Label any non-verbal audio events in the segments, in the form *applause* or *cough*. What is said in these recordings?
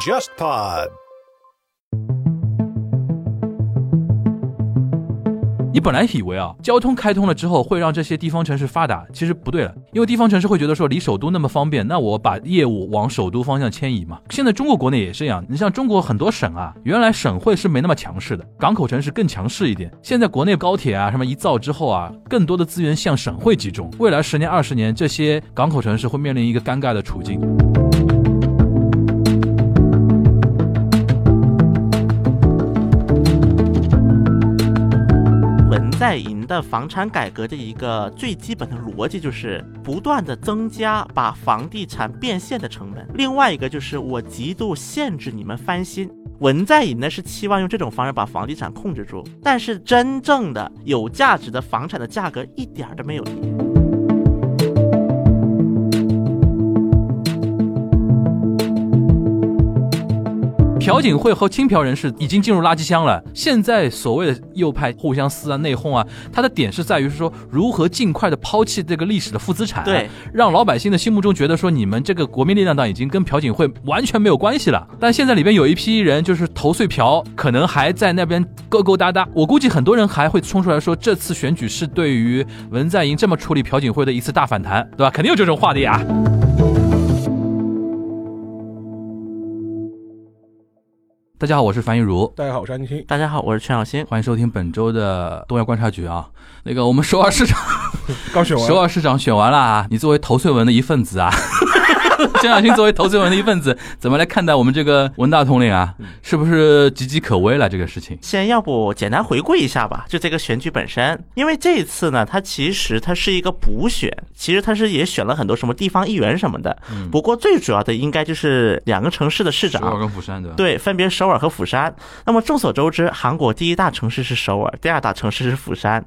JustPod。你本来以为啊，交通开通了之后会让这些地方城市发达，其实不对了，因为地方城市会觉得说离首都那么方便，那我把业务往首都方向迁移嘛。现在中国国内也是一样，你像中国很多省啊，原来省会是没那么强势的，港口城市更强势一点。现在国内高铁啊什么一造之后啊，更多的资源向省会集中，未来十年二十年，这些港口城市会面临一个尴尬的处境。文在寅的房产改革的一个最基本的逻辑就是不断的增加把房地产变现的成本，另外一个就是我极度限制你们翻新。文在寅呢是期望用这种方式把房地产控制住，但是真正的有价值的房产的价格一点儿都没有跌。朴槿惠和亲朴人士已经进入垃圾箱了。现在所谓的右派互相撕啊、内讧啊，它的点是在于是说如何尽快的抛弃这个历史的负资产、啊对，让老百姓的心目中觉得说你们这个国民力量党已经跟朴槿惠完全没有关系了。但现在里边有一批人就是投碎朴，可能还在那边勾勾搭搭。我估计很多人还会冲出来说，这次选举是对于文在寅这么处理朴槿惠的一次大反弹，对吧？肯定有这种话的啊呀。大家好，我是樊一茹。大家好，我是安青。大家好，我是全小新。欢迎收听本周的东亚观察局啊。那个，我们首尔市长，刚选首完，尔市长选完了啊。你作为投碎文的一份子啊，江小新作为投碎文的一份子，怎么来看待我们这个文大统领啊？是不是岌岌可危了？这个事情，先要不简单回顾一下吧，就这个选举本身，因为这一次呢，它其实它是一个补选，其实它是也选了很多什么地方议员什么的，不过最主要的应该嗯就是两个城市的市首尔长。跟釜山对吧？，对，分别首尔和釜山。那么众所周知，韩国第一大城市是首尔，第二大城市是釜山，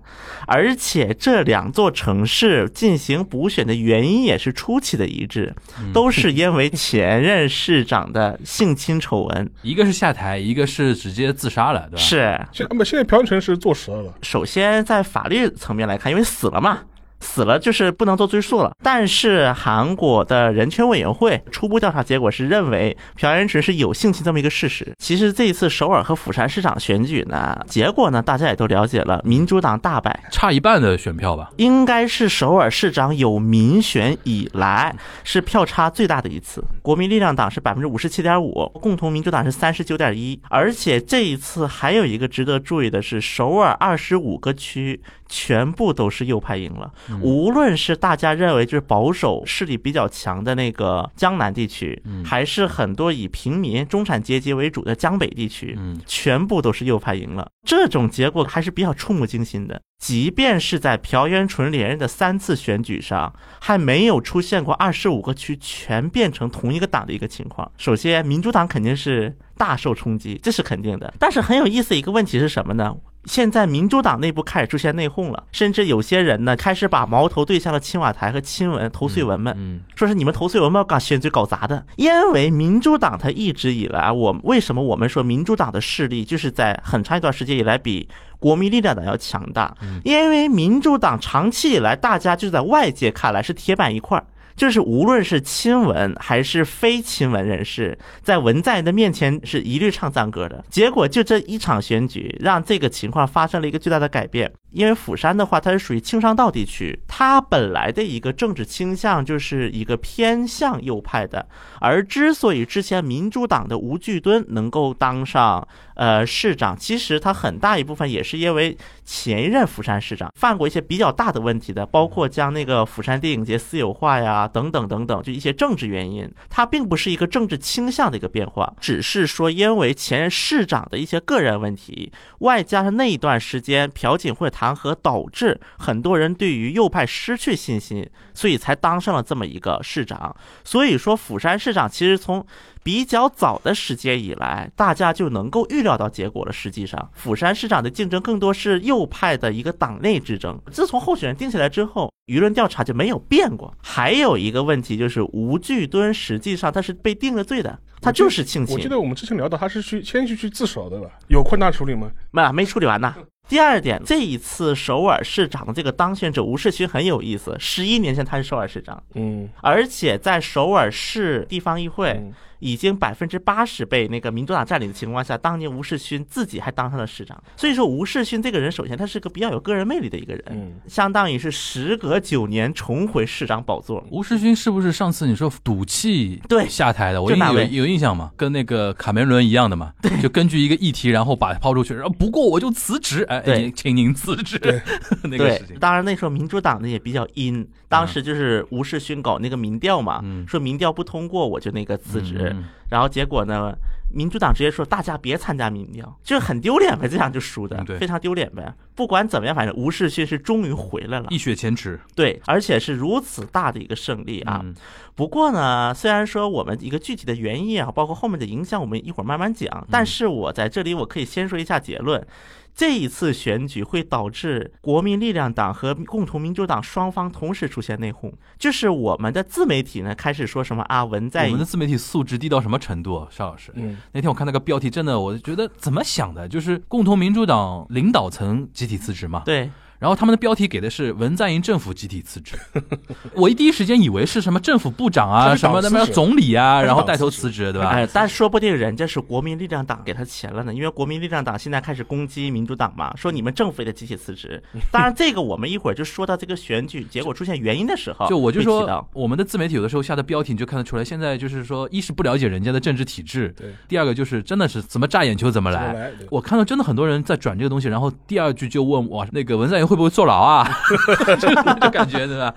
而且这两座城市进行补选的原因也是出奇的一致，都是因为前任市长的性侵丑闻。一个是下台，一个是直接自杀了，对吧？ *laughs* 是，啊现那么现在朴元淳是坐实了了，首先在法律层面来看，因为死了嘛。死了就是不能做追溯了，但是韩国的人权委员会初步调查结果是认为朴元淳是有性侵这么一个事实。其实这一次首尔和釜山市长选举呢，结果呢大家也都了解了，民主党大败，差一半的选票吧。应该是首尔市长有民选以来是票差最大的一次。国民力量党是百分之五十七点五，共同民主党是三十九点一。而且这一次还有一个值得注意的是，首尔二十五个区全部都是右派赢了，无论是大家认为就是保守势力比较强的那个江南地区，还是很多以平民中产阶级为主的江北地区，嗯全部都是右派赢了。这种结果还是比较触目惊心的。即便是在朴元淳连任的三次选举上，还没有出现过二十五个区全变成同一个党的一个情况。首先，民主党肯定是大受冲击，这是肯定的。但是很有意思的一个问题是什么呢？现在民主党内部开始出现内讧了，甚至有些人呢开始把矛头对向了青瓦台和亲文投绥文们。嗯，说是你们投诉有没有搞选举搞砸的？因为民主党它一直以来，我为什么我们说民主党的势力就是在很长一段时间以来比国民力量党要强大？因为民主党长期以来，大家就在外界看来是铁板一块儿。就是无论是亲文还是非亲文人士，在文在寅的面前是一律唱赞歌的。结果就这一场选举，让这个情况发生了一个巨大的改变。因为釜山的话，它是属于庆尚道地区，它本来的一个政治倾向就是一个偏向右派的。而之所以之前民主党的吴巨敦能够当上呃市长，其实他很大一部分也是因为前任釜山市长犯过一些比较大的问题的，包括将那个釜山电影节私有化呀，等等等等，就一些政治原因。它并不是一个政治倾向的一个变化，只是说因为前任市长的一些个人问题，外加上那一段时间朴槿惠弹劾，导致很多人对于右派失去信心，所以才当上了这么一个市长。所以说，釜山市长其实从比较早的时间以来，大家就能够预料到结果了。实际上，釜山市长的竞争更多是右派的一个党内之争。自从候选人定下来之后，舆论调查就没有变过。还有一个问题就是，吴巨敦实际上他是被定了罪的，他嗯就是性我记侵，得我们之前聊到他是去先去去自首对吧？有扩大处理吗？没没处理完呢。第二点，这一次首尔市长的这个当选者吴世勋很有意思，十一年前他是首尔市长，嗯，而且在首尔市地方议会嗯已经百分之八十被那个民主党占领的情况下，当年吴世勋自己还当上了市长。所以说，吴世勋这个人，首先他是个比较有个人魅力的一个人嗯，相当于是时隔九年重回市长宝座。吴世勋是不是上次你说赌气对下台的？我就印那有位有印象嘛，跟那个卡梅伦一样的嘛，就根据一个议题，然后把它抛出去，然后不过我就辞职，哎，对哎请您辞职 *laughs* 那个对事，情。当然那时候民主党呢也比较阴，当时就是吴世勋搞那个民调嘛，嗯说民调不通过我就那个辞职，嗯然后结果呢，民主党直接说大家别参加民调，就是很丢脸呗，这样就输的嗯，对非常丢脸呗。不管怎么样，反正吴世勋是终于回来了，一雪前耻对，而且是如此大的一个胜利啊。嗯不过呢，虽然说我们一个具体的原因啊，包括后面的影响，我们一会儿慢慢嗯讲。但是我在这里，我可以先说一下结论。这一次选举会导致国民力量党和共同民主党双方同时出现内讧，就是我们的自媒体呢开始说什么啊文在我们的寅，自媒体素质低到什么程度、啊，邵老师？嗯，那天我看那个标题，真的，我觉得怎么想的？就是共同民主党领导层集体辞职嘛，对，然后他们的标题给的是文在寅政府集体辞职， *laughs* 我一第一时间以为是什么政府部长啊，他是什党么他妈辞职总理啊，他是然后党带头辞职辞职，对吧？哎，但说不定人家是国民力量党给他钱了呢，因为国民力量党现在开始攻击民主党嘛，说你们政府也得集体辞职。 *laughs* 当然，这个我们一会儿就说到这个选举结果出现原因的时候，就我就会提说到，我们的自媒体有的时候下的标题你就看得出来，现在就是说，一是不了解人家的政治体制，对，第二个就是真的是怎么炸眼球怎么怎么来。来对我看到真的很多人在转这个东西，然后第二句就问我那个文在寅会不会坐牢啊？ *laughs* 就感觉对吧？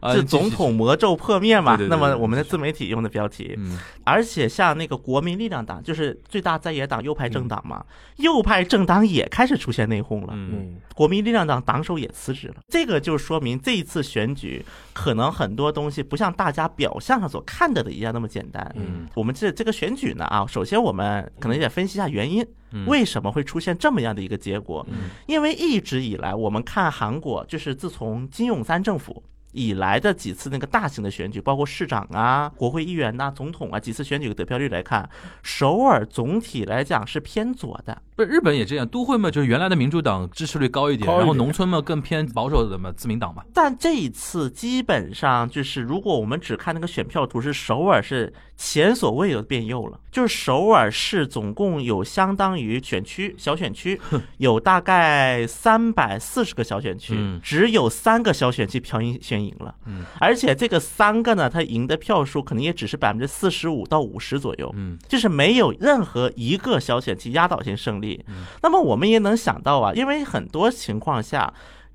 啊，这总统魔咒破灭嘛，对对对那对么对我们的自媒体用的标题，嗯而且像那个国民力量党，就是最大在野党右派政党嘛，右派政党也开始出现内讧了。嗯，嗯国民力量党党首也辞职了，这个就说明这一次选举可能很多东西不像大家表象上所看到的一样那么简单。嗯，我们这这个选举呢啊，首先我们可能也得分析一下原因，为什么会出现这么样的一个结果？因为一直以来我们看韩国，就是自从金泳三政府。以来的几次那个大型的选举，包括市长啊、国会议员呐、总统啊几次选举的得票率来看，首尔总体来讲是偏左的，不是日本也这样，都会嘛，就是原来的民主党支持率高一点，高一然后点农村嘛更偏保守的嘛自民党嘛。但这一次基本上就是，如果我们只看那个选票图，是首尔是前所未有的变右了。就是首尔市总共有相当于选区小 *laughs* 选区，有大概三百四十个小选区，嗯只有三个小选区朴英轩赢了。嗯而且这个三个呢，他赢的票数可能也只是百分之四十五到五十左右。嗯就是没有任何一个小选区压倒性胜利。嗯那么我们也能想到啊，因为很多情况下，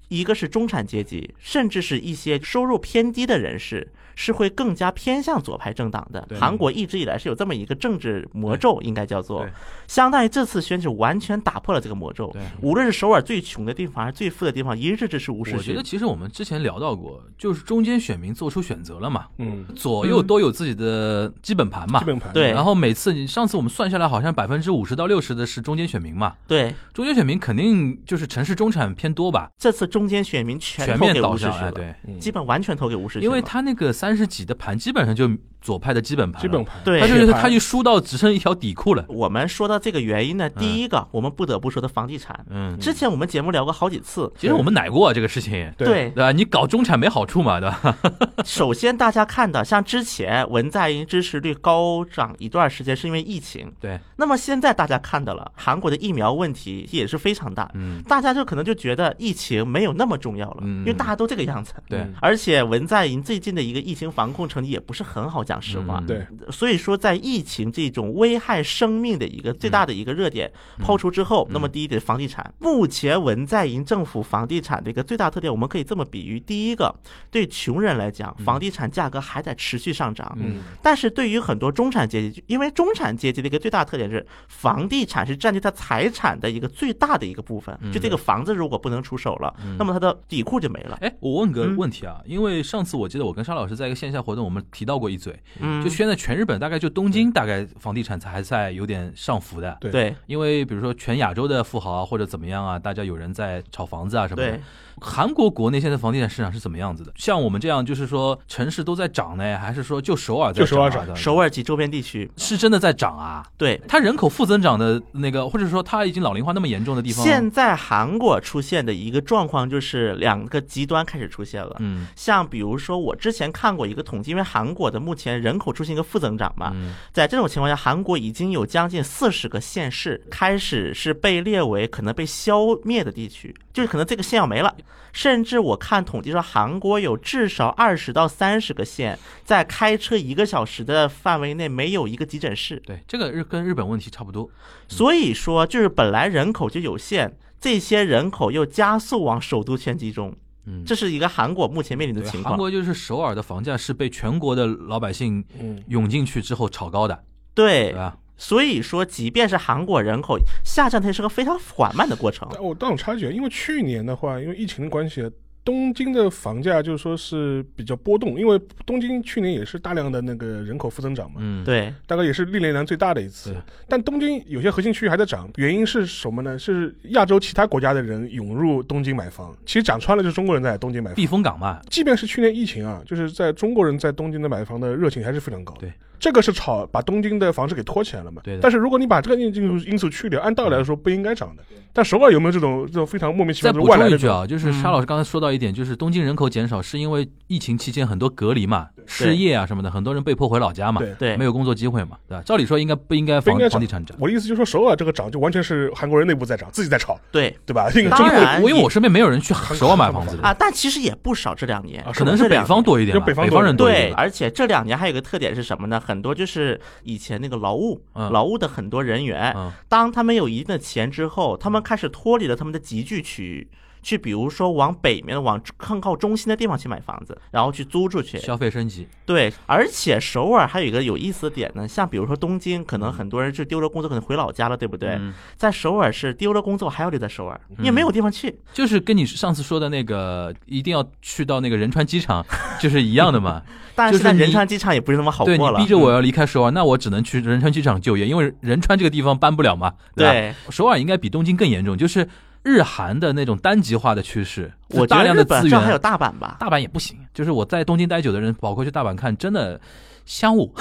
一个是中产阶级，甚至是一些收入偏低的人士。是会更加偏向左派政党的对。韩国一直以来是有这么一个政治魔咒，应该叫做对，相当于这次选举完全打破了这个魔咒对。无论是首尔最穷的地方还是最富的地方，一致支持吴世我觉得勋。其实我们之前聊到过，就是中间选民做出选择了嘛，嗯，左右都有自己的基本嗯盘嘛。基本盘对然后每次你上次我们算下来，好像百分之五十到六十的是中间选民嘛，对，中间选民肯定就是城市中产偏多吧，这次中间选民全全投面给倒吴世向勋哎，了，对，嗯基本完全投给吴世勋了。因为他那个三十几的盘基本上就左派的基本盘了，基本盘，对他就是基本盘他就输到只剩一条底裤了，我们说到这个原因呢，第一个我们不得不说的房地产，嗯，之前我们节目聊过好几次。其实我们奶过、啊、这个事情，对对对，吧？你搞中产没好处嘛，对吧？ *laughs* 首先大家看到，像之前文在寅支持率高涨一段时间，是因为疫情。对，那么现在大家看到了，韩国的疫苗问题也是非常大，嗯，大家就可能就觉得疫情没有那么重要了，嗯因为大家都这个样子。对嗯而且文在寅最近的一个疫情防控成绩也不是很好，讲实话。嗯对，所以说，在疫情这种危害生命的一个嗯最大的一个热点抛出之后，那么第一点是房地产，目前文在寅政府房地产的一个最大特点，我们可以这么比喻：第一个，对穷人来讲，房嗯地产价格还在持续上涨；嗯但是对于很多中产阶级，因为中产阶级的一个最大特点是，房地产是占据他财产的一个最大的一个部分。嗯就这个房子如果不能出手了，那么他的底裤就没了。哎，我问个嗯问题啊，因为上次我记得我跟沙老师在一个线下活动，我们提到过一嘴，水。嗯就现在全日本大概就东京大概房地产才还在有点上浮的，对对因为比如说全亚洲的富豪啊或者怎么样啊，大家有人在炒房子啊什么的对。，韩国国内现在房地产市场是怎么样子的？像我们这样就是说城市都在涨呢，还是说就首尔在就首涨啊、尔对吧首尔及周边地区，是真的在涨啊？对。它人口负增长的那个，或者说它已经老龄化那么严重的地方，现在韩国出现的一个状况就是两个极端开始出现了，嗯像比如说我之前看过一个统计，因为韩国的目前人口出现一个负增长嘛，嗯在这种情况下，韩国已经有将近四十个县市开始是被列为可能被消灭的地区，就是可能这个县要没了。甚至我看统计说，韩国有至少二十到三十个县，在开车一个小时的范围内没有一个急诊室。对，这个日跟日本问题差不多。所以说，就是本来人口就有限，这些人口又加速往首都圈集中，嗯，这是一个韩国目前面临的对情韩况。国就是首尔的房价是被全国的老百姓嗯，涌进去之后炒高的，对对，吧？所以说，即便是韩国人口下降，它也是个非常缓慢的过程。嗯但我但我插一句，因为去年的话，因为疫情的关系，东京的房价就是说是比较波动，因为东京去年也是大量的那个人口负增长嘛，嗯，对，大概也是历年来最大的一次对。但东京有些核心区域还在涨，原因是什么呢？是亚洲其他国家的人涌入东京买房。其实讲穿了，就是中国人在东京买房。避风港嘛，即便是去年疫情啊，就是在中国人在东京的买房的热情还是非常高的。对，这个是炒把东京的房市给拖起来了嘛？对的但是如果你把这个因素因素去掉，按道理来说不应该涨的。但首尔有没有这种这种非常莫名其再妙的补外来充的一句啊，就是嗯沙老师刚才说到一点，就是东京人口减少是因为疫情期间很多隔离嘛、失业啊什么的，很多人被迫回老家嘛，对对没，有工作机会嘛，对吧？照理说应该不应该房不应该涨房地产涨？我的意思就是说，首尔这个涨就完全是韩国人内部在涨，自己在炒，对对吧？啊这个当中国然我因为我身边没有人去首尔买房子啊，的，但其实也不少这两年啊，可能是北方多一点吧，就北方北多一点人多一对，点吧。而且这两年还有一个特点是什么呢？很多就是以前那个劳务，嗯劳务的很多人员，嗯，当他们有一定的钱之后，他们开始脱离了他们的集聚区域，去比如说往北面、往更靠中心的地方去买房子，然后去租出去。消费升级，对，而且首尔还有一个有意思的点呢，像比如说东京，可能很多人是丢了工作，可能回老家了，对不对？嗯在首尔是丢了工作还要留在首尔，因为没有地方去。就是跟你上次说的那个一定要去到那个仁川机场，就是一样的 *laughs* 嘛。但就是是在仁你川机场也不是那么好对你过了。嗯逼着我要离开首尔，那我只能去仁川机场就业，因为仁川这个地方搬不了嘛。吧对，首尔应该比东京更严重，就是日韩的那种单极化的趋势，我觉大得量日的本资这还有源，大阪吧？大阪也不行。就是我在东京待久的人，包括去大阪看，真的相 *laughs* 互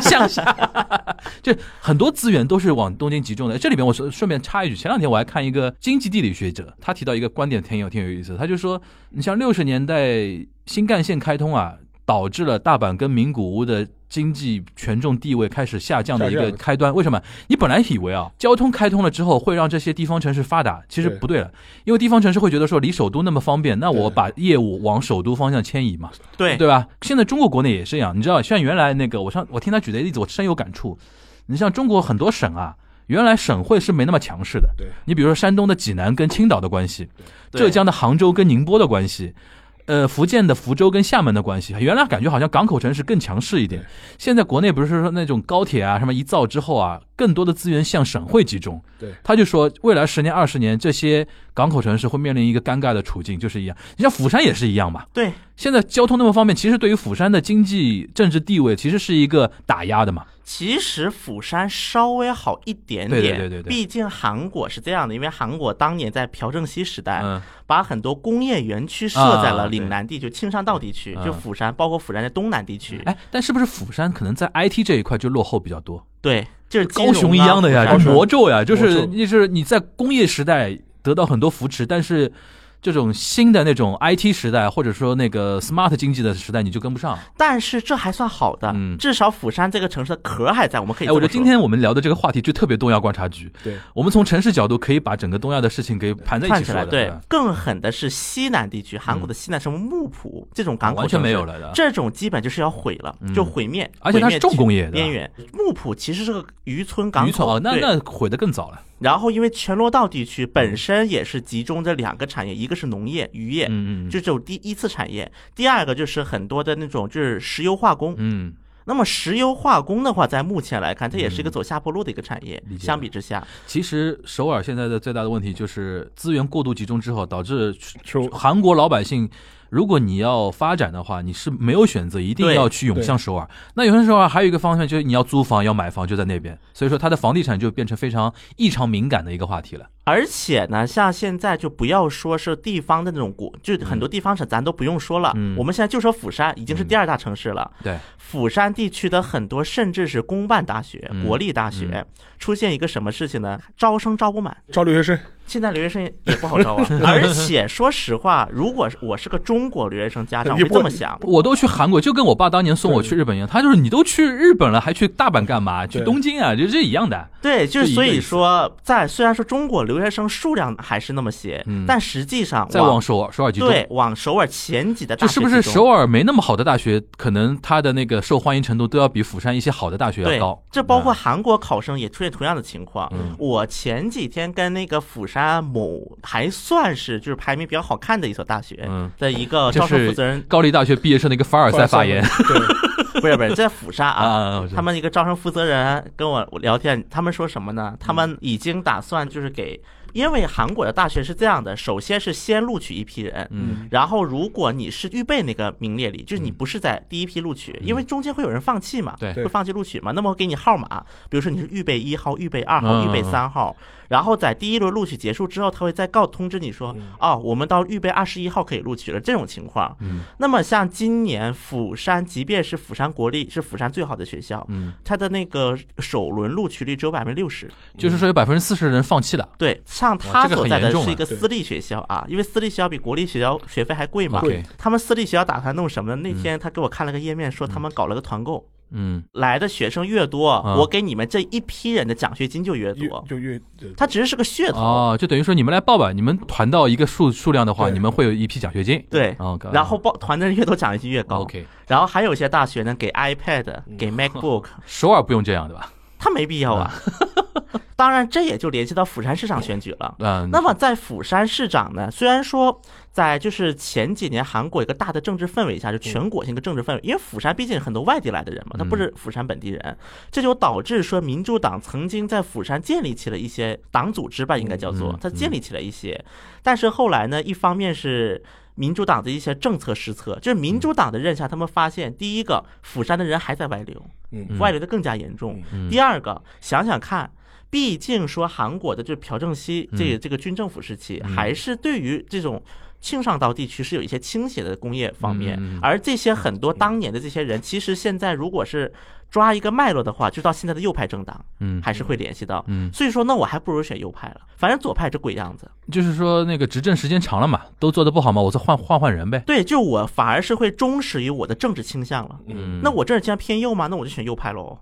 向下， *laughs* 就很多资源都是往东京集中的。这里边我顺顺便插一句，前两天我还看一个经济地理学者，他提到一个观点挺有挺有意思的，他就说，你像六十年代新干线开通啊，导致了大阪跟名古屋的经济权重地位开始下降的一下个降开端。为什么？你本来以为啊，交通开通了之后会让这些地方城市发达，其实对不对了，因为地方城市会觉得说离首都那么方便，那我对把业务往首都方向迁移嘛，对对吧？现在中国国内也是一样，你知道，像原来那个，我上我听他举的例子，我深有感触。你像中国很多省啊，原来省会是没那么强势的。对你比如说山东的济南跟青岛的关系，对浙江的杭州跟宁波的关系，呃，福建的福州跟厦门的关系，原来感觉好像港口城市更强势一点对。现在国内不是说那种高铁啊什么一造之后啊，更多的资源向省会集中。对，他就说未来十年二十年，这些港口城市会面临一个尴尬的处境，就是一样。你像釜山也是一样嘛。对现在交通那么方便，其实对于釜山的经济政治地位其实是一个打压的嘛。其实釜山稍微好一点对点，对对对对毕竟韩国是这样的，因为韩国当年在朴正熙时哎代，嗯，啊把很多工业园区设在了岭南地区、青山道地区，嗯就釜山，包括釜山的东南地区，哎，但是不是釜山可能在 IT 这一块就落后比较多？对，就是金融高啊雄一样的呀，釜山高雄魔咒呀，就是魔咒就是你在工业时代得到很多扶持，但是这种新的那种 IT 时代，或者说那个 smart 经济的时代，你就跟不上。但是这还算好的，嗯至少釜山这个城市的壳还在，我们可以哎，这我觉么说。得今天我们聊的这个话题就特别东亚观察局。对，我们从城市角度可以把整个东亚的事情给盘在一看起起说来的，嗯对吧，更狠的是西南地区，韩国的西南什么木浦这种港口啊完全没有城市了的。这种基本就是要毁了，嗯就毁灭，而且它是毁灭重工业的边缘。木浦其实是个渔村港渔村口，哦，那对那毁的更早了。然后因为全罗道地区本身也是集中着两个产业，一个是农业、渔业，嗯嗯嗯就这种第一次产业；第二个就是很多的那种就是石油化工。嗯，那么石油化工的话，在目前来看，它也是一个走下坡路的一个产业。理解相比之下，其实首尔现在的最大的问题就是资源过度集中之后，导致就韩国老百姓如果你要发展的话，你是没有选择，一定对要去涌对向首尔。那涌向首尔还有一个方面就是你要租房、要买房就在那边，所以说它的房地产就变成非常异常敏感的一个话题了。而且呢，像现在就不要说是地方的那种国，就很多地方省咱都不用说了。嗯我们现在就说釜山已经是第二大城市了。对，釜山地区的很多甚至是公办大学、嗯国立大学、嗯出现一个什么事情呢？招生 *laughs* 招不满。招留学生，现在留学生也不好招啊。而且说实话，如果我是个中国留学生家 *laughs* 长，我也会不这么想。我都去韩国，就跟我爸当年送我去日本一样，他就是你都去日本了，还去大阪干嘛？去对东京啊，就这一样的。对，就是是一所个意以思说，在虽然说中国留学生数量还是那么些，嗯但实际上再往首尔首尔集中，对往首尔前几的大就学是不是集中首尔没那么好的大学，可能它的那个受欢迎程度都要比釜山一些好的大学要对高。，这包括嗯韩国考生也出现同样的情况。嗯我前几天跟那个釜山某还算是就是排名比较好看的一所大学嗯的一 *laughs* 个就招生是负责人，高丽大学毕业生的一个凡尔赛发 *laughs* 言对，不是不是在釜山啊啊。我知道他们一个招生负责人跟我聊天，他们说什么嗯呢？他们已经打算就是给，因为韩国的大学是这样的，首先是先录取一批人，嗯然后如果你是预备那个名列里，就是你不是在第一批录取，因为中间会有人放弃嘛，嗯对会放弃录取嘛，那么我给你号码，比如说你是预备一号、预备二号、嗯预备三号，然后在第一轮录取结束之后，他会再告通知你说，哦，我们到预备二十一号可以录取了这种情况。嗯那么像今年釜山，即便是釜山国立是釜山最好的学校，嗯，它的那个首轮录取率只有百分之六十，就是说有百分之四十的人放弃了。对，像哇他这个所很在严的重是啊一个对私立学校啊，因为私立学校比国立学校学费还贵嘛。 OK，他们私立学校打算弄什么呢？那天他给我看了个页面，说他们搞了个团购，嗯来的学生越多，啊我给你们这一批人的奖学金就越越多。就越它只是是个噱头，哦，就等于说你们来报吧，你们团到一个数数量的话，对你们会有一批奖学金。对。哦，然后报团的人越多，奖学金越高。 OK， *laughs* 然后还有一些大学呢，给 iPad、嗯 *laughs* 给 MacBook，首尔不用这样的吧？他没必要啊。 *laughs* 当然，这也就联系到釜山市长选举了。嗯，那么在釜山市长呢，虽然说在就是前几年韩国一个大的政治氛围下，就嗯全国性一个政治氛围，因为釜山毕竟很多外地来的人嘛，他不是釜山本地人，这就导致说民主党曾经在釜山建立起了一些党组织吧，应该叫嗯做嗯它建立起了一些，但是后来呢，一方面是。民主党的一些政策失策，就是民主党的任下，他们发现，第一个，釜山的人还在外流，嗯外流的更加严重。嗯第二个，想想看，毕竟说韩国的这朴正熙这个这个军政府时期，嗯还是对于这种。庆尚道地区是有一些倾斜的工业方面，嗯嗯嗯而这些很多当年的这些人，其实现在如果是抓一个脉络的话，就到现在的右派政党嗯还是会联系到。嗯，所以说，那我还不如选右派了，反正左派这鬼样子。就是说那个执政时间长了嘛，都做的不好嘛，我再换换换人呗。对，就我反而是会忠实于我的政治倾向了。嗯，那我政治倾向偏右吗？那我就选右派喽。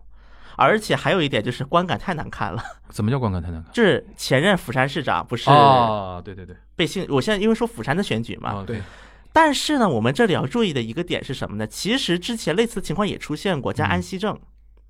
而且还有一点就是观感太难看了。怎么叫观感太难看？就是前任釜山市长不是哦，对对对，被性，我现在因为说釜山的选举嘛，哦对，但是呢，我们这里要注意的一个点是什么呢？其实之前类似的情况也出现过，嗯加安熙正。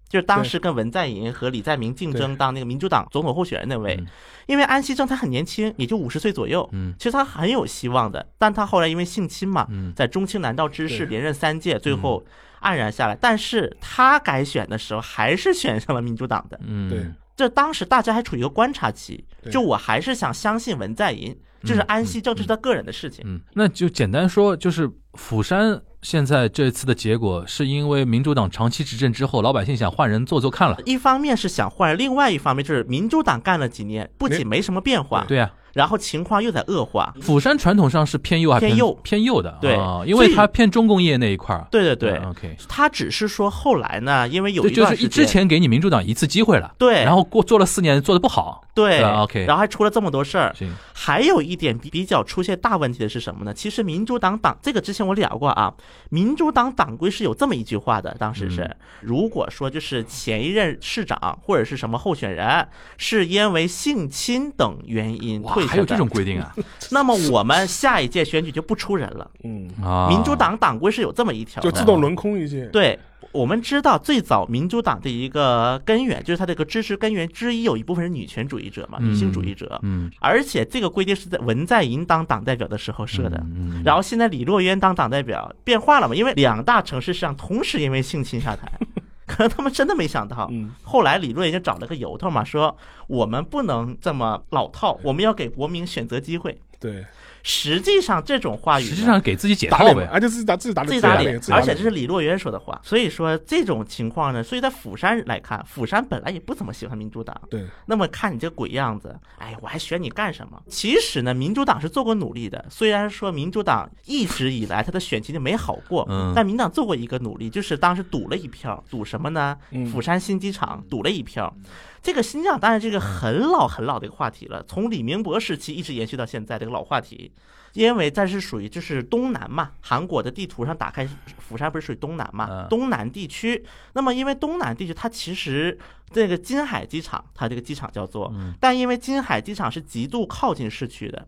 就是当时跟文在寅和李在明竞争当那个民主党总统候选人那位嗯，因为安熙正他很年轻，也就五十岁左右，嗯其实他很有希望的，但他后来因为性侵嘛，嗯在中青南道知事对连任三届，最后黯然下来。但是他改选的时候还是选上了民主党的，嗯，对这当时大家还处于一个观察期，对就我还是想相信文在寅，就是安息政治他个人的事情。嗯，那就简单说，就是釜山现在这次的结果，是因为民主党长期执政之后，老百姓想换人做做看了。一方面是想换人，另外一方面就是民主党干了几年，不仅没什么变化，对啊，然后情况又在恶化。釜山传统上是偏右还偏偏右偏右的，对啊，因所以为它偏重工业那一块儿。对对对，嗯，OK，他只是说后来呢，因为有对，一就段是时一之间。前给你民主党一次机会了，对然后过做了四年做的不好，对啊，OK 然后还出了这么多事儿，行，还有一点比比较出现大问题的是什么呢？其实民主党党这个之前我聊过啊，民主党党规是有这么一句话的，当嗯时是、如果说就是前一任市长或者是什么候选人是因为性侵等原因哇退，选还有的这种，规定 *laughs* 啊？那么我们下一届选举就不出人了。嗯，啊，民主党党规是有这么一条就的，自动轮空一些，对。我们知道，最早民主党的一个根源就是它这个支持根源之一，有一部分是女权主义者嘛，女性主义者。嗯，而且这个规定是在文在寅当党代表的时候设的。嗯，嗯然后现在李洛渊当党代表变化了嘛？因为两大城市市长同时因为性侵 *laughs* 下台，可能他们真的没想到。嗯，后来李洛渊就找了个由头嘛，说我们不能这么老套，我们要给国民选择机会。对，实际上这种话语呢，实际上给自己解打套脸嘛，呗。而且自己打自己打自脸，己打打脸脸，，自己打而且这是李洛渊说的话。所以说这种情况呢，所以在釜山来看，釜山本来也不怎么喜欢民主党。对，那么看你这鬼样子，哎，我还选你干什么？其实呢，民主党是做过努力的。虽然说民主党一直以来他的选情就没好过，嗯但民党做过一个努力，就是当时赌了一票，赌什么呢？嗯釜山新机场赌了一票。这个新机场当然是一个很老很老的一个话题了，从李明博时期一直延续到现在这个老话题。因为这是属于就是东南嘛，韩国的地图上打开釜山不是属于东南嘛嗯，东南地区。那么因为东南地区它其实这个金海机场，它这个机场叫做，嗯但因为金海机场是极度靠近市区的，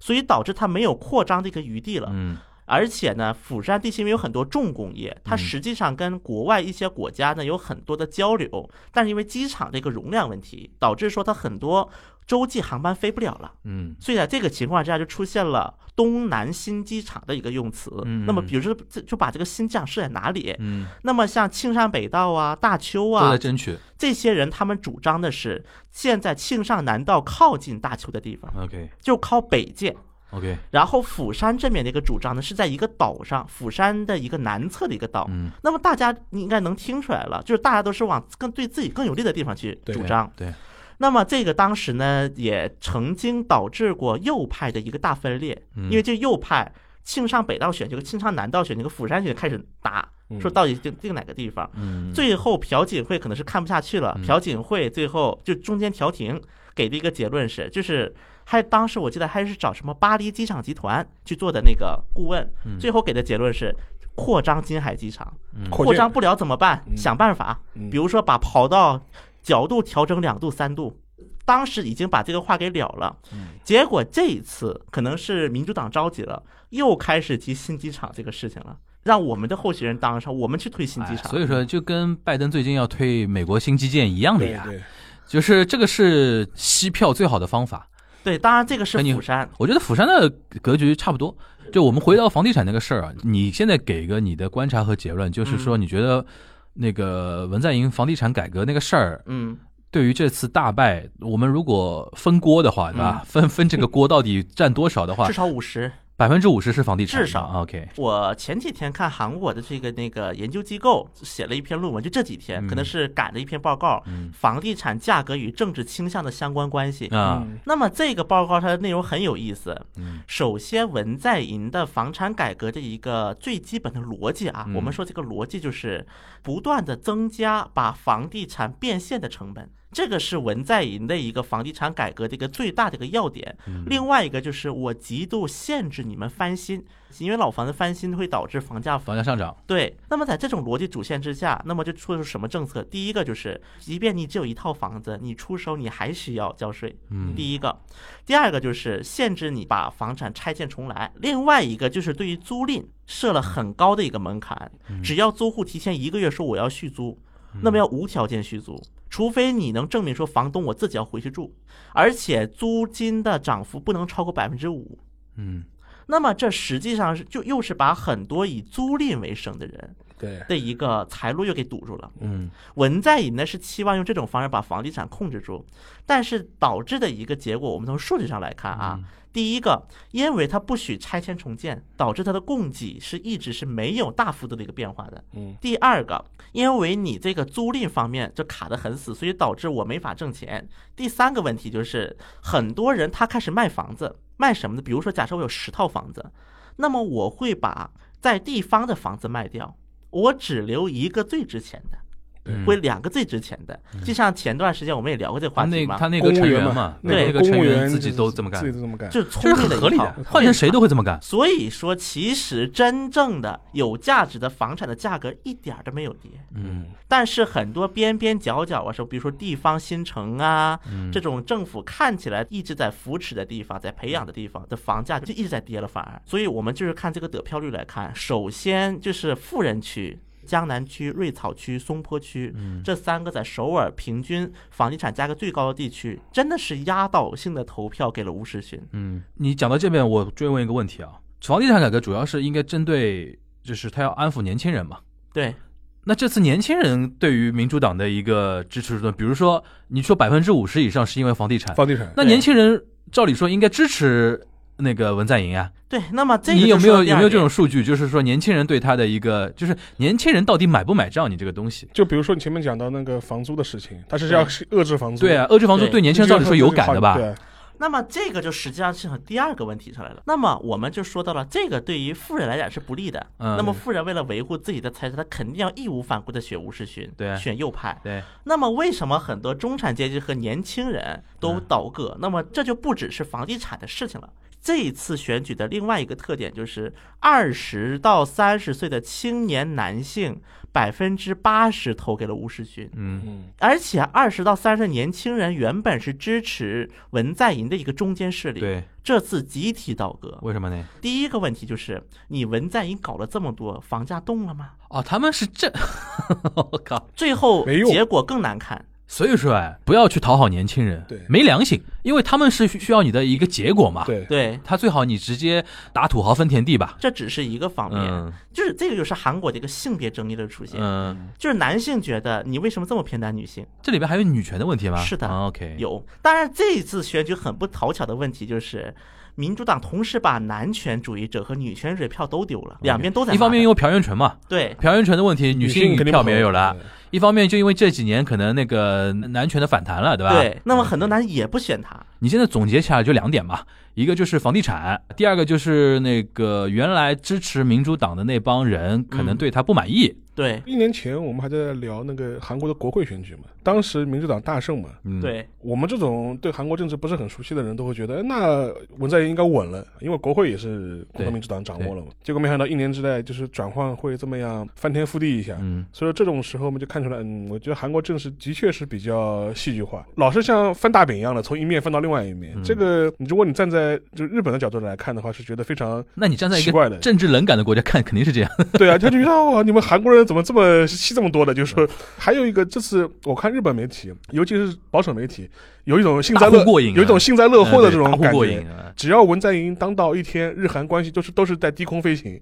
所以导致它没有扩张的一个余地了。嗯而且呢，釜山地区因为有很多重工业，它嗯实际上跟国外一些国家呢有很多的交流，但是因为机场这个容量问题，导致说它很多洲际航班飞不了了。嗯所以在这个情况之下，就出现了东南新机场的一个用词。嗯那么，比如说这就把这个新机场设在哪里？嗯，那么像庆尚北道啊、大邱都啊在争取。这些人，他们主张的是现在庆尚南道靠近大邱的地方 OK 就靠北界。 OK，然后釜山这边的一个主张呢，是在一个岛上，釜山的一个南侧的一个岛。嗯，那么大家你应该能听出来了，就是大家都是往更对自己更有利的地方去对主张。对，那么这个当时呢，也曾经导致过右派的一个大分裂，嗯因为这右派庆尚北道选区、和庆尚南道选区、和釜山选区开始打，嗯说到底定定哪个地方。嗯最后朴槿惠可能是看不下去了嗯，朴槿惠最后就中间调停给的一个结论是，就是还当时我记得还是找什么巴黎机场集团去做的那个顾问，嗯最后给的结论是扩张金海机场，嗯扩扩建张不了怎么办？嗯想办法，嗯比如说把跑道角度调整两度三度。当时已经把这个话给了了，嗯结果这一次可能是民主党着急了，又开始提新机场这个事情了，让我们的候选人当上，我们去推新机哎场。所以说，就跟拜登最近要推美国新基建一样的对呀，对，就是这个是吸票最好的方法。对，当然这个是那你釜山，我觉得釜山的格局差不多。就我们回到房地产那个事儿啊，你现在给个你的观察和结论，就是嗯说你觉得那个文在寅房地产改革那个事儿，嗯，对于这次大败，我们如果分锅的话，对吧？分分这个锅到底占多少的话嗯至，少五十。百分之五十是房地产嘛，至少 OK，我前几天看韩国的这个那个研究机构写了一篇论文，就这几天嗯可能是赶的一篇报告，嗯房地产价格与政治倾向的相关关系。啊，嗯那么这个报告它的内容很有意思。嗯首先，文在寅的房产改革的一个最基本的逻辑啊嗯，我们说这个逻辑就是不断的增加把房地产变现的成本，这个是文在寅的一个房地产改革的一个最大的一个要点。嗯另外一个就是我极度限制你们翻新，因为老房子翻新会导致房价房价上涨，对，那么在这种逻辑主线之下，那么就出了什么政策？第一个就是，即便你只有一套房子，你出手你还需要交税。嗯第一个，第二个就是限制你把房产拆建重来。另外一个就是对于租赁设了很高的一个门槛，只要租户提前一个月说我要续租，那么要无条件续租。除非你能证明说房东我自己要回去住，而且租金的涨幅不能超过百分之五，嗯那么这实际上是就又是把很多以租赁为生的人对，的一个财路又给堵住了。嗯文在寅呢是期望用这种方式把房地产控制住，但是导致的一个结果，我们从数据上来看啊，第一个，因为它不许拆迁重建，导致它的供给是一直是没有大幅度的一个变化的。嗯，第二个，因为你这个租赁方面就卡得很死，所以导致我没法挣钱。第三个问题就是，很多人他开始卖房子，卖什么呢？比如说，假设我有十套房子，那么我会把在地方的房子卖掉，我只留一个最值钱的。嗯会两个最值钱的，就像前段时间我们也聊过这个他话题啊那嘛他，那公个务成员员嘛，那对个公成务员自己都这么自干己，都这么干，就是聪这是明的很合理一套的，换成谁都会这么干。所以说，其实真正的有价值的房产的价格一点儿都没有跌，嗯但是很多边边角角啊，什么比如说地方新城啊，嗯这种政府看起来一直在扶持的地方，在培养的地方的房价就一直在跌了，反而。所以我们就是看这个得票率来看，首先就是富人区。江南区、瑞草区、松坡区，嗯这三个在首尔平均房地产价格最高的地区，真的是压倒性的投票给了吴世勋。嗯，你讲到这边，我追问一个问题啊，房地产改革主要是应该针对，就是他要安抚年轻人嘛。对，那这次年轻人对于民主党的一个支持度，比如说你说百分之五十以上是因为房地产，房地产那年轻人照理说应该支持那个文在寅啊，对，那么这个你有就没说有第有二没有这点种数据？就是说年轻人对他的一个，就是年轻人到底买不买账你这个东西？就比如说你前面讲到那个房租的事情，它是要遏制房租，对啊，，遏制房租对对年轻人照理说有感的吧？对，啊那么这个就实际上是从第二个问题上来了。那么我们就说到了这个对于富人来讲是不利的。嗯那么富人为了维护自己的财产，他肯定要义无反顾的选吴世勋，对选右派。对，那么为什么很多中产阶级和年轻人都倒戈？那么这就不只是房地产的事情了。这一次选举的另外一个特点就是，二十到三十岁的青年男性百分之八十投给了吴世勋。嗯嗯，而且二十到三十年轻人原本是支持文在寅的一个中间势力，对，啊这次集体倒戈。为什么呢？第一个问题就是，你文在寅搞了这么多，房价动了吗？哦，他们是这， *laughs* 我靠！最后没用结果更难看。所以说，哎，不要去讨好年轻人，对没良心，因为他们是需需要你的一个结果嘛。，对，对，他最好你直接打土豪分田地吧。这只是一个方面，嗯就是这个就是韩国的一个性别争议的出现，嗯，就是男性觉得你为什么这么偏袒女性？这里边还有女权的问题吗？是的啊 OK，有，当然这一次选举很不讨巧的问题就是。民主党同时把男权主义者和女权主义票都丢了，两边都在骂他。一方面因为朴元淳嘛，对，朴元淳的问题，女性肯定票不没有了；啊对一方面就因为这几年可能那个男权的反弹了，对吧？对，那么很多男人也不选他，你现在总结起来就两点嘛，一个就是房地产，第二个就是那个原来支持民主党的那帮人可嗯能对他不满意。对一年前我们还在聊那个韩国的国会选举嘛，当时民主党大胜嘛，嗯，对我们这种对韩国政治不是很熟悉的人都会觉得，哎那文在寅应该稳了，因为国会也是共和民主党掌握了嘛。结果没想到一年之内就是转换会这么样翻天覆地一下。嗯，所以说这种时候我们就看出来，嗯，我觉得韩国政治的确是比较戏剧化，老是像翻大饼一样的从一面翻到另外一面。嗯这个如果你站在就日本的角度来看的话，是觉得非常那你站在一奇怪个的政治冷感的国家看，肯定是这样。 *laughs* 对啊，他就觉得哇，你们韩国人怎么这么戏这么多的？就是说，还有一个，这次我看日本媒体，尤其是保守媒体，有一种幸灾大乐呼过瘾啊有一种幸灾乐祸的 *laughs* 这种嗯对大感呼过觉瘾。啊只要文在寅当道一天，日韩关系就是都是在低空飞行。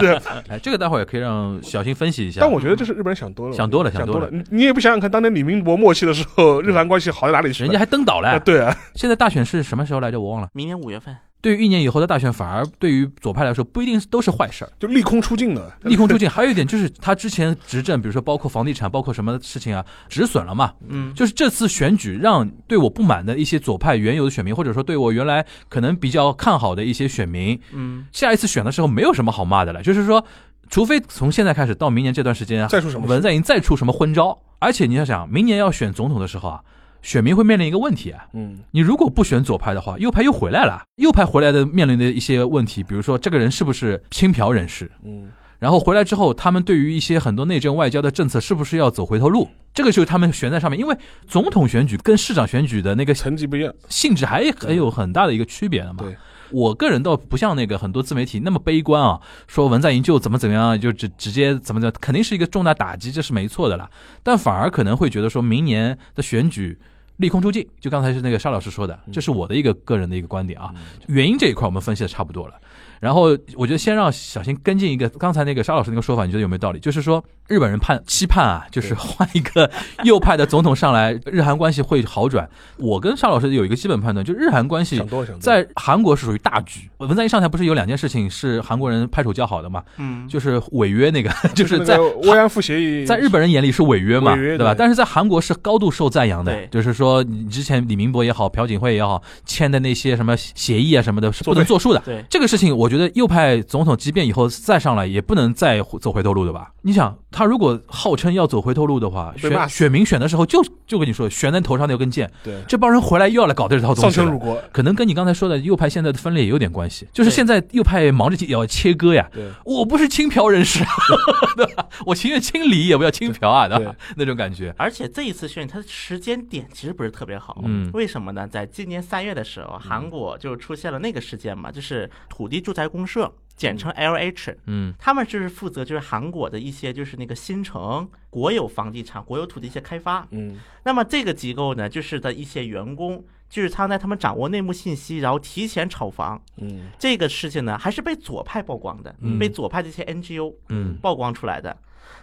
对，哎，这个待会儿也可以让小新分析一下。但我觉得这是日本人想多了，嗯想多了想想多了。你你也不想想看，当年李明博末期的时候，日韩关系好在哪里去了？人家还登岛了、啊，对啊，现在大选是什么时候来着？我忘了。明年五月份，对于一年以后的大选，反而对于左派来说不一定都是坏事儿。就利空出尽了。 *laughs* 利空出尽，还有一点就是他之前执政，比如说包括房地产，包括什么事情啊，止损了嘛。嗯，就是这次选举让对我不满的一些左派原有的选民，或者说对我原来可能比较看好的一些选民，嗯，下一次选的时候没有什么好骂的了。就是说，除非从现在开始到明年这段时间啊，再出什么事文在寅再出什么昏招，而且你要想，明年要选总统的时候啊，选民会面临一个问题啊， *laughs* 嗯，你如果不选左派的话，右派又回来了，右派回来的面临的一些问题，比如说这个人是不是亲朴人士，嗯，然后回来之后，他们对于一些很多内政外交的政策是不是要走回头路？这个就是他们悬在上面，因为总统选举跟市长选举的那个层级不一样。性质还还有很大的一个区别的嘛对。我个人倒不像那个很多自媒体那么悲观啊，说文在寅就怎么怎么样，就直直接怎么怎么，肯定是一个重大打击，这是没错的啦。但反而可能会觉得说明年的选举利空出尽，就刚才是那个沙老师说的，这是我的一个个人的一个观点啊。原因这一块我们分析的差不多了。然后我觉得先让小新跟进一个刚才那个沙老师那个说法，你觉得有没有道理？就是说日本人盼期盼啊，就是换一个右派的总统上来，日韩关系会好转。我跟沙老师有一个基本判断，就日韩关系想多了，想多了。在韩国是属于大局。文在寅上台不是有两件事情是韩国人拍手叫好的嘛？嗯，就是违约那个， *laughs* 就就是是那在个慰安妇协议，在日本人眼里是违约嘛，违约对吧？对但是在韩国是高度受赞扬的对，就是说你之前李明博也好，朴槿惠也好签的那些什么协议啊什么的，是不能作数的。对，这个事情，我觉得右派总统即便以后再上来，也不能再走回头路的吧？你想，他如果号称要走回头路的话，被骂选死选民选的时候就就跟你说，悬在头上那根箭，对这帮人回来又要来搞这套东丧西权辱了。国，可能跟你刚才说的右派现在的分裂也有点关系，就是对现在右派忙着也要切割呀。对。我不是亲朴人士，啊 *laughs* 对吧？我情愿亲离，也不要亲朴啊，对吧？那种感觉，而且这一次选举它的时间点其实不是特别好，嗯为什么呢？在今年三月的时候，韩国就出现了那个事件嘛，就是土地住宅公社，简称 LH。嗯他们就是负责就是韩国的一些就是那个新城国有房地产、国有土地一些开发。嗯，那么这个机构呢，就是的一些员工，就是他在他们掌握内幕信息，然后提前炒房，嗯，这个事情呢，还是被左派曝光的，被左派这些 NGO 嗯曝光出来的。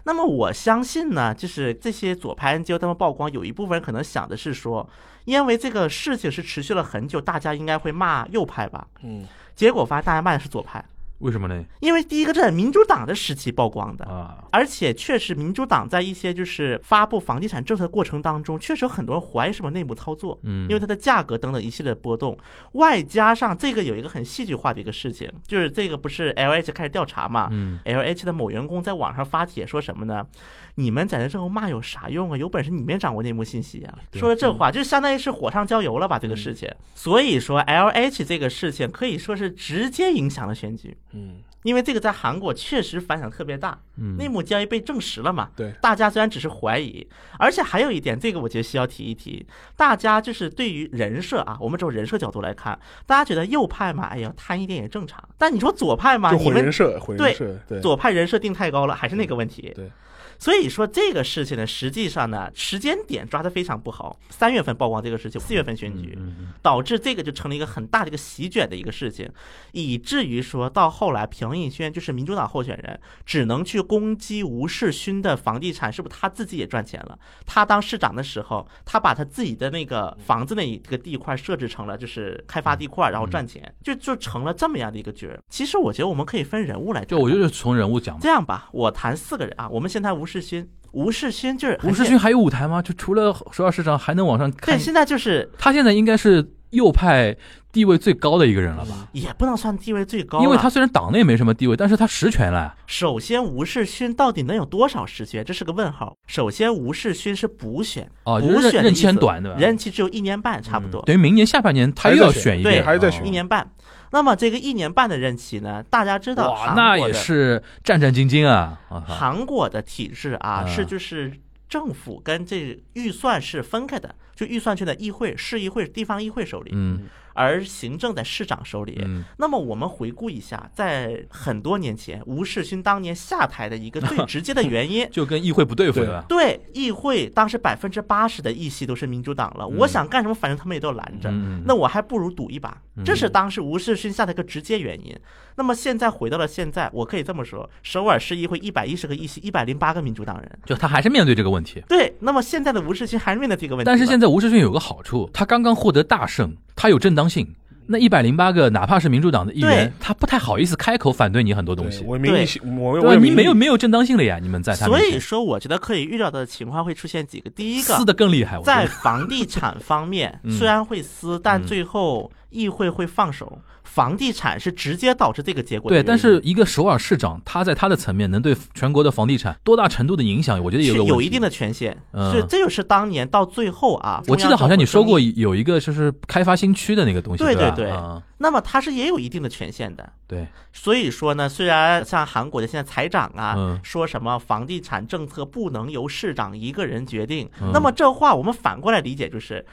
那么我相信呢，就是这些左派 NGO 他们曝光，有一部分人可能想的是说，因为这个事情是持续了很久，大家应该会骂右派吧？嗯，结果发现大家骂的是左派，为什么呢？因为第一个这是民主党的时期曝光的，啊，而且确实民主党在一些就是发布房地产政策的过程当中，确实有很多人怀疑是不是内幕操作，嗯，因为它的价格等等一系列波动，外加上这个有一个很戏剧化的一个事情，就是这个不是 L H 开始调查嘛，嗯 L H 的某员工在网上发帖说什么呢？你们在这政府骂有啥用啊？有本事你们掌握内幕信息啊！对嗯说了这话，就相当于是火上浇油了吧？这个事情，所以说 L H 这个事情可以说是直接影响了选举，嗯因为这个在韩国确实反响特别大，嗯，内幕交易被证实了嘛？对，大家虽然只是怀疑，而且还有一点，这个我觉得需要提一提，大家就是对于人设啊，我们从人设角度来看，大家觉得右派嘛，哎呀贪一点也正常，但你说左派嘛，就你毁们人设，毁人设，对，左派人设定太高了，还是那个问题。对，所以说这个事情呢，实际上呢，时间点抓得非常不好。三月份曝光这个事情，四月份选举，嗯嗯导致这个就成了一个很大的一个席卷的一个事情，以至于说到后来，朴映轩就是民主党候选人，只能去攻击吴世勋的房地产是不是他自己也赚钱了？他当市长的时候，他把他自己的那个房子那一个地块设置成了就是开发地块，然后赚钱，就就成了这么样的一个角儿。其实我觉得我们可以分人物来谈，就我就是从人物讲嘛。这样吧，我谈四个人啊，我们先谈吴世勋，吴世勋就是很吴世简勋还有舞台吗？就除了首尔市长，还能往上看对，？现在就是他现在应该是右派地位最高的一个人了吧？也不能算地位最嗯高了，啊因为他虽然党内没什么地位，但是他实权了。首先，吴世勋到底能有多少实权？这是个问号。首先，吴世勋是补选，哦，就补是选任的任意期很思短，对吧？任期只有一年半，差不多、等于明年下半年他又要选一嗯对遍，还是在哦选一年半。那么这个一年半的任期呢？大家知道哇，韩啊那国也的是战战兢兢啊！我靠韩国的体制啊，嗯是就是政府跟这预算是分开的，就预算权在议会、市议会、地方议会手里，嗯而行政在市长手里。嗯，那么我们回顾一下，在很多年前，吴世勋当年下台的一个最直接的原因 *laughs* 就跟议会不对付对对吧？对议会当时百分之八十的议席都是民主党了，我想干什么，反正他们也都拦着。嗯，那我还不如赌一把，这是当时吴世勋下的一个直接原因。那么现在回到了现在，我可以这么说：首尔市议会一百一十个议席，一百零八个民主党人。就他还是面对这个问题。对，那么现在的吴世勋还是面对这个问题了。但是现在吴世勋有个好处，他刚刚获得大胜，他有正当性。那一百零八个，哪怕是民主党的议员对，他不太好意思开口反对你很多东对西，我明对你，我对我吧？也你没有明没有正当性了呀！你们在他所面以前说，我觉得可以预料到的情况会出现几个：第一个，撕的更厉害，我觉在得。房地产方面 *laughs* 嗯虽然会撕，但嗯最后议会会放手。房地产是直接导致这个结果的对，原因。但是一个首尔市长，他在他的层面能对全国的房地产多大程度的影响，我觉得也是有有一定的。的权限，嗯是这就是当年到最后啊，我记得好像你说过中央政府争议，有一个就是开发新区的那个东西，对吧？对对啊那么它是也有一定的权限的。对，所以说呢，虽然像韩国的现在财长啊、嗯说什么房地产政策不能由市长一个人决定，嗯那么这话我们反过来理解就是，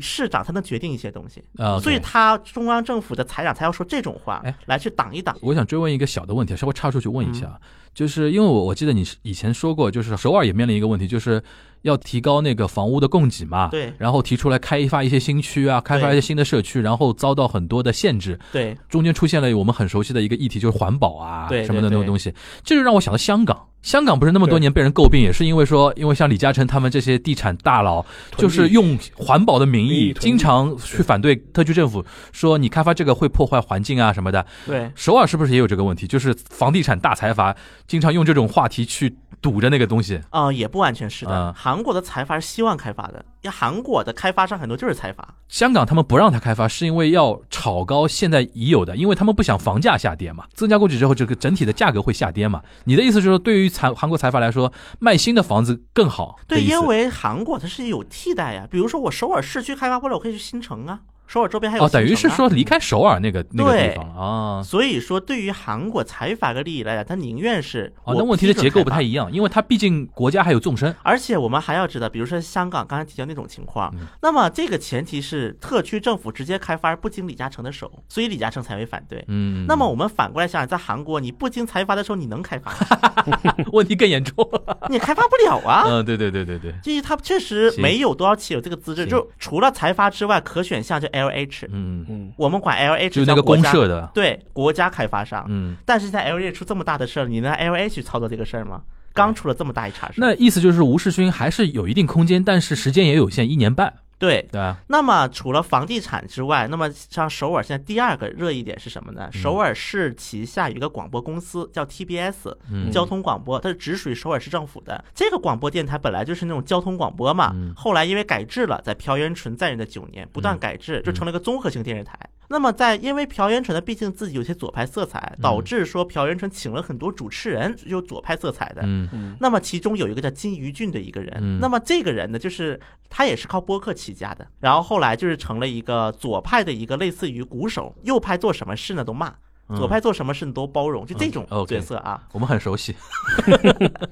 市长他能决定一些东西，啊，所以 OK 他中央政府的财长才要说这种话哎来去挡一挡。我想追问一个小的问题，稍微插出去问一嗯下，就是因为我我记得你是以前说过，就是首尔也面临一个问题，就是要提高那个房屋的供给嘛，对然后提出来开发一些新区啊，开发一些新的社区，然后遭到很多的限制，对，中间出现了我们很熟悉的一个议题，就是环保啊对什么的那对种对东西，这就让我想到香港。香港不是那么多对年被人诟病，也是因为说，因为像李嘉诚他们这些地产大佬，就囤地是用环保的名民义意，囤经地常去反对特区政府，说你开发这个会破坏环境啊什么的。对，首尔是不是也有这个问题？就是房地产大财阀经常用这种话题去堵着那个东西。啊、也不完全是的。嗯韩国的财阀是希望开发的，因为韩国的开发商很多就是财阀。香港他们不让它开发，是因为要炒高现在已有的，因为他们不想房价下跌嘛。增加供给之后，这个整体的价格会下跌嘛。你的意思就是说，对于财韩国财阀来说，卖新的房子更好的对，意思？因为韩国它是有替代呀、比如说我首尔市区开发不了，我可以去新城啊，首尔周边还有、啊哦，等于是说离。开首尔那个那个地方了啊。所以说，对于韩国财阀的利益来讲，他宁愿是哦，我那问题的批准结构不开发太一样，因为它毕竟国家还有纵深。而且我们还要知道，比如说香港刚才提到那种情况，嗯那么这个前提是特区政府直接开发，不经李嘉诚的手，所以李嘉诚才会反对。嗯，那么我们反过来想想，在韩国，你不经财阀的时候，你能开发吗？ *laughs* 问题更严 *laughs* 重了。你开发不了啊。嗯，对对对对对，就是他确实行没有多少企业有这个资质，行就除了财阀之外，可选项就 LH，嗯白，，嗯，我们管 LH 就是那个叫国公家社的，对国家开发商。嗯，但是现在 LH 出这么大的事儿，你能让 LH 操作这个事儿吗？刚出了这么大一茬事。那意思就是吴世勋还是有一定空间，但是时间也有限，一年半，对，对吧？那么除了房地产之外，那么像首尔现在第二个热议点是什么呢？嗯首尔市旗下有一个广播公司叫 TBS，、嗯交通广播，它是直属于首尔市政府的。这个广播电台本来就是那种交通广播嘛，嗯后来因为改制了，在朴元淳在任的九年不断改制，就嗯成了一个综合性电视台。那么在因为朴元淳呢，毕竟自己有些左派色嗯彩，导致说朴元淳请了很多主持人有左派色彩的。嗯嗯那么其中有一个叫金鱼俊的一个人，嗯那么这个人呢，就是他也是靠播客起家的，然后后来就是成了一个左派的一个类似于鼓手，右派做什么事呢都骂，嗯左派做什么事呢都包容，就这种嗯，OK 角色啊。我们很熟悉，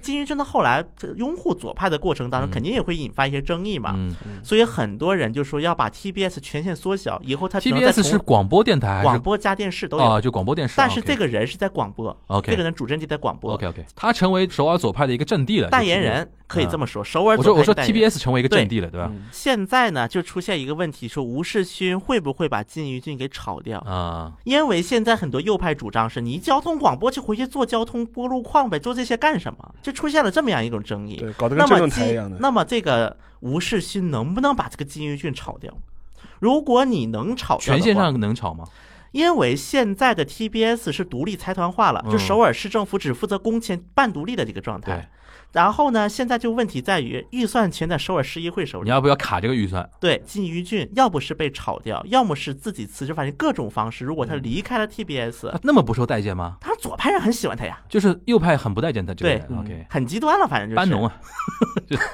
金鱼俊他后来拥护左派的过程当中，嗯肯定也会引发一些争议嘛，嗯所以很多人就说要把 TBS 权限缩小，以后他只能在，TBS 是广播电台还广是播加电视都有，啊？就广播电视，但是这个个人是在广播，这个 OK 人主政就在广播。 OK OK，他成为首尔左派的一个阵地了，代言就 TBS。人可以这么说，首尔嗯我说左派我说代言人 TBS 成为一个阵地了，对吧？嗯现在呢，就出现一个问题，说吴世勋会不会把金鱼俊给炒掉？啊，因为现在很多右派主张是你交通广播就回去做交通拨路况呗，做这些干什么？就出现了这么样一种争议。对，搞得那跟么政论台一样金，的。那么这个吴世勋能不能把这个金鱼俊炒掉？如果你能炒掉的话，权限上能炒吗？因为现在的 TBS 是独立财团化了，就嗯首尔市政府只负责公钱，半独立的这个状对态。，然后呢，现在就问题在于预算权在首尔市议会手里你。要不要卡这个预算？对，金鱼俊要不是被炒掉，要么是自己辞职，反正各种方式。如果他离开了 TBS，、他嗯那么不受待见吗？他左派人很喜欢他呀，就是右派很不待见他这个人嗯对，OK，很极端了，反正就是。班农啊， *laughs*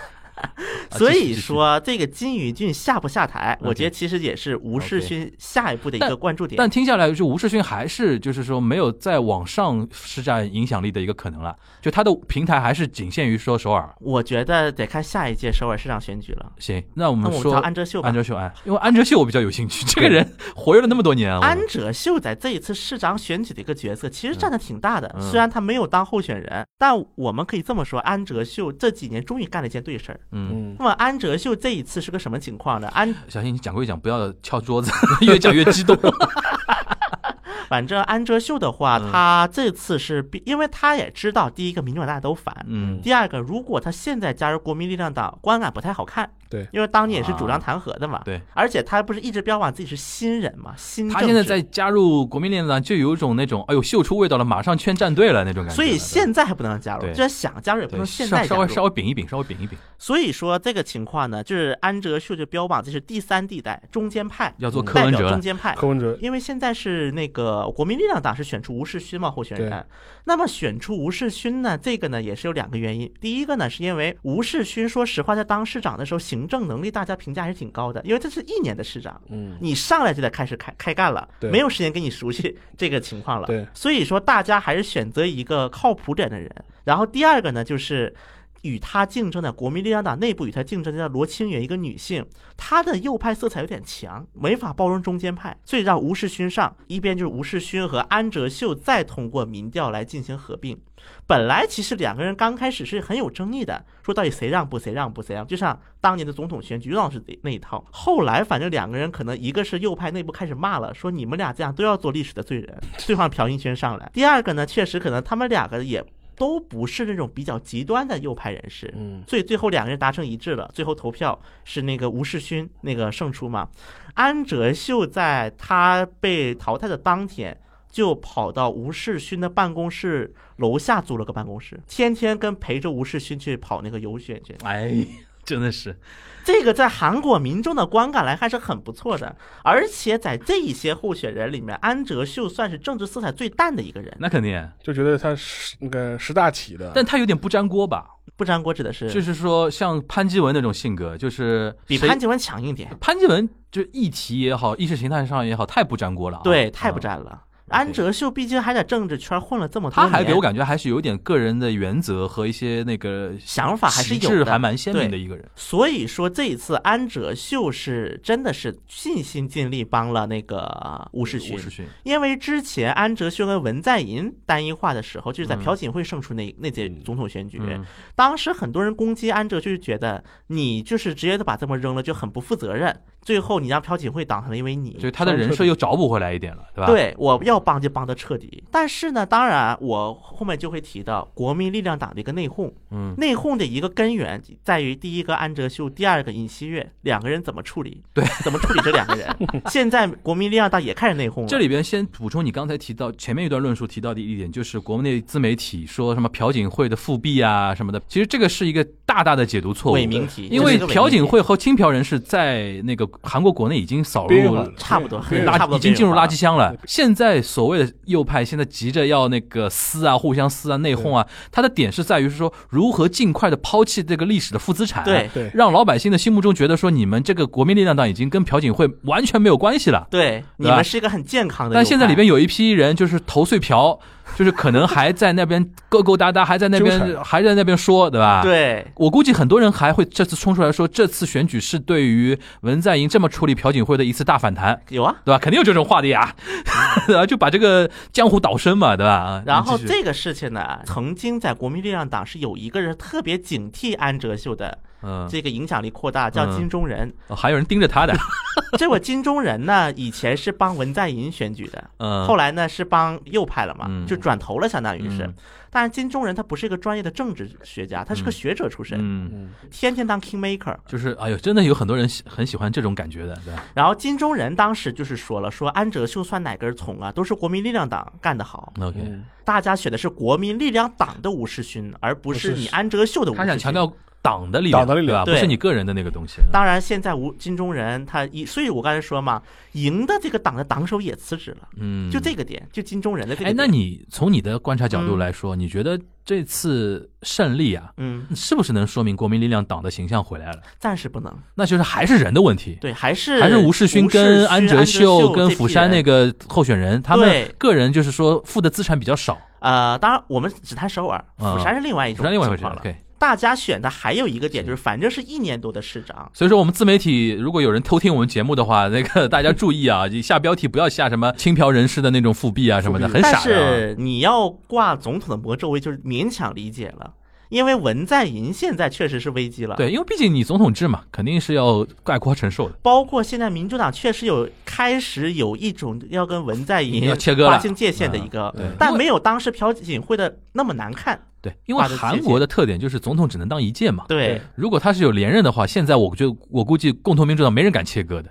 所继续继以续说，这个金宇俊下不下台，我觉得其实也是吴世 OK 勋下一步的一但个关注点但。听下来，就吴世勋还是就是说没有再往上施展影响力的一个可能了，就他的平台还是仅限于说首尔。我觉得得看下一届首尔市长选举了。行，那我那们我们说叫安哲秀吧安。哲秀安， *laughs* 因为安哲秀我比较有兴趣，这个人活跃了那么多年啊，我安哲秀在这一次市长选举的一个角色，其实占的挺大的。嗯虽然他没有当候选人，但我们可以这么说，安哲秀这几年终于干了一件对事儿。嗯，嗯那么安哲秀这一次是个什么情况呢？安小新你讲归讲，不要敲桌 *laughs* 子，越讲越激动。反正安哲秀的话，嗯他这次是必，因为他也知道，第一个民主党大家都反，嗯第二个如果他现在加入国民力量党，观感不太好看。对因为当年也是主张弹劾的嘛。啊对，而且他不是一直标榜自己是新人嘛，新他政现在治在加入国民力量，就有一种那种哎呦嗅出味道了，马上圈战队了那种感觉了。所以对现在还不能加入，对就算想加入也不对能现在稍加稍微稍入。微饼一饼，稍微饼一饼，所以说这个情况呢，就是安哲秀就标榜这是第三地带中间派，嗯要做柯代文表哲中了。间派。柯文哲，因为现在是那个国民力量党是选出吴世勋嘛候选对人，那么选出吴世勋呢，这个呢也是有两个原因。第一个呢，是因为吴世勋说实话，在当市长的时候，行政能力大家评价还是挺高的，因为这是一年的市长，嗯，你上来就得开始开开干了，对没有时间跟你熟悉这个情况了。对，所以说大家还是选择一个靠谱点的人。然后第二个呢，就是与他竞争的国民力量党内部与他竞争的叫罗清源，一个女性，她的右派色彩有点强，没法包容中间派，所以让吴世勋上，一边就是吴世勋和安哲秀再通过民调来进行合并。本来其实两个人刚开始是很有争议的，说到底谁让步谁让步谁让步，就像当年的总统选举老师那一套。后来反正两个人可能一个是右派内部开始骂了，说你们俩这样都要做历史的罪人，对方朴英轩上来。第二个呢，确实可能他们两个也都不是那种比较极端的右派人士，嗯，所以最后两个人达成一致了，最后投票是那个吴世勋那个胜出嘛。安哲秀在他被淘汰的当天。就跑到吴世勋的办公室楼下租了个办公室，天天跟陪着吴世勋去跑那个游选去。哎，真的是，这个在韩国民众的观感来看是很不错的，而且在这一些候选人里面，安哲秀算是政治色彩最淡的一个人。那肯定，啊就觉得他是那个识大体的，但他有点不粘锅吧？不粘锅指的就是是说，像潘基文那种性格，就是嗯比谁潘基文强一点，潘基文就议题也好，意识形态上也好，太不粘锅了、啊。对，太嗯不。沾了。安哲秀毕竟还在政治圈混了这么多啊他年，还给我感觉还是有点个人的原则和一些那个想法还是旗有帜的，还蛮鲜明的对一个人。所以说这一次安哲秀是真的是尽心尽力帮了那个吴世勋吴，世勋，因为之前安哲秀跟文在寅单一化的时候，就是在朴槿惠胜出那、那届总统选举，嗯当时很多人攻击安哲，就是觉得你就是直接的把这么扔了，就很不负责任。最后你让朴槿惠当上了，因为你就是他的人设又找补回来一点了，对吧？，对我要要帮就帮的彻底。但是呢，当然我后面就会提到国民力量党的一个内讧，嗯，内讧的一个根源在于第一个安哲秀，第二个尹锡悦，两个人怎么处理？对，怎么处理这两个 *laughs* 人？现在国民力量党也开始内讧了。这里边先补充你刚才提到前面一段论述提到的一点，就是国内自媒体说什么朴槿惠的复辟啊什么的，其实这个是一个大大的解读错误。伪命题，因为朴槿惠和亲朴人士在那个韩国国内已经扫边缘入化了了，差不多边缘差化垃不多已经进入边缘化垃圾箱了。现在所谓的右派现在急着要那个撕啊，互相撕啊，内讧啊，它的点是在于是说如何尽快的抛弃这个历史的负资产，对对让老百姓的心目中觉得说你们这个国民力量党已经跟朴槿惠完全没有关系了。对，你们是一个很健康的右派。但现在里边有一批人就是头碎瓢，就是可能还在那边勾勾搭搭，还在那纠边缠还在那边说，对吧？。对我估计很多人还会这次冲出来说，这次选举是对于文在寅这么处理朴槿惠的一次大反弹。有啊。对吧？肯定有这种话的呀， *laughs* 对吧？就把这个江湖倒生嘛，对吧？啊然后你继续这个事情呢，曾经在国民力量党是有一个人特别警惕安哲秀的嗯，这个影响力扩大，叫金钟仁。哦还有人盯着他的， *laughs* 这位金钟仁呢，以前是帮文在寅选举的，嗯， *laughs* 后来呢是帮右派了嘛嗯，就转头了，相当于是嗯。但是金钟仁他不是一个专业的政治学家，他是个嗯学者出身，嗯，嗯，天天当 kingmaker。就是哎呦，真的有很多人喜很喜欢这种感觉的，对吧？然后金钟仁当时就是说了，说安哲秀算哪根葱啊，都是国民力量党干得好，那 OK，嗯大家选的是国民力量党的吴世勋，而不是不是你安哲秀的吴世他勋。想强调党的力量，党的力对吧？量不是对你个人的那个东西。当然，现在吴金钟仁他一，所以我刚才说嘛，赢的这个党的党首也辞职了，嗯，就这个点，就金钟仁的这个哎点。，那你从你的观察角度嗯来说，你觉得这次胜利啊，嗯，是不是能说明国民力量党的形象回来了？暂时不能，那就是还是人的问题，对，还是还是吴吴世勋世跟安哲秀秀跟这批釜山那人个候选人，他们对个人就是说负的资产比较少，呃，当然我们只谈首尔，嗯釜山是另外一釜种山另外一回情事。况了。 OK，大家选的还有一个点是就是，反正是一年多的市长，所以说我们自媒体如果有人偷听我们节目的话， *laughs* 那个大家注意啊，你下标题不要下什么轻剽人士的那种复辟啊什么的，复很但傻的、啊。是你要挂总统的魔咒位，就是勉强理解了，因为文在寅现在确实是危机了。对，因为毕竟你总统制嘛，肯定是要概括承受的。包括现在民主党确实有开始有一种要跟文在要寅切割了啊划清界限的一个，对但没有当时朴槿惠的那么难看。对，因为划得界限韩国的特点就是总统只能当一届嘛。对，如果他是有连任的话，现在我就我估计共同民主党没人敢切割的，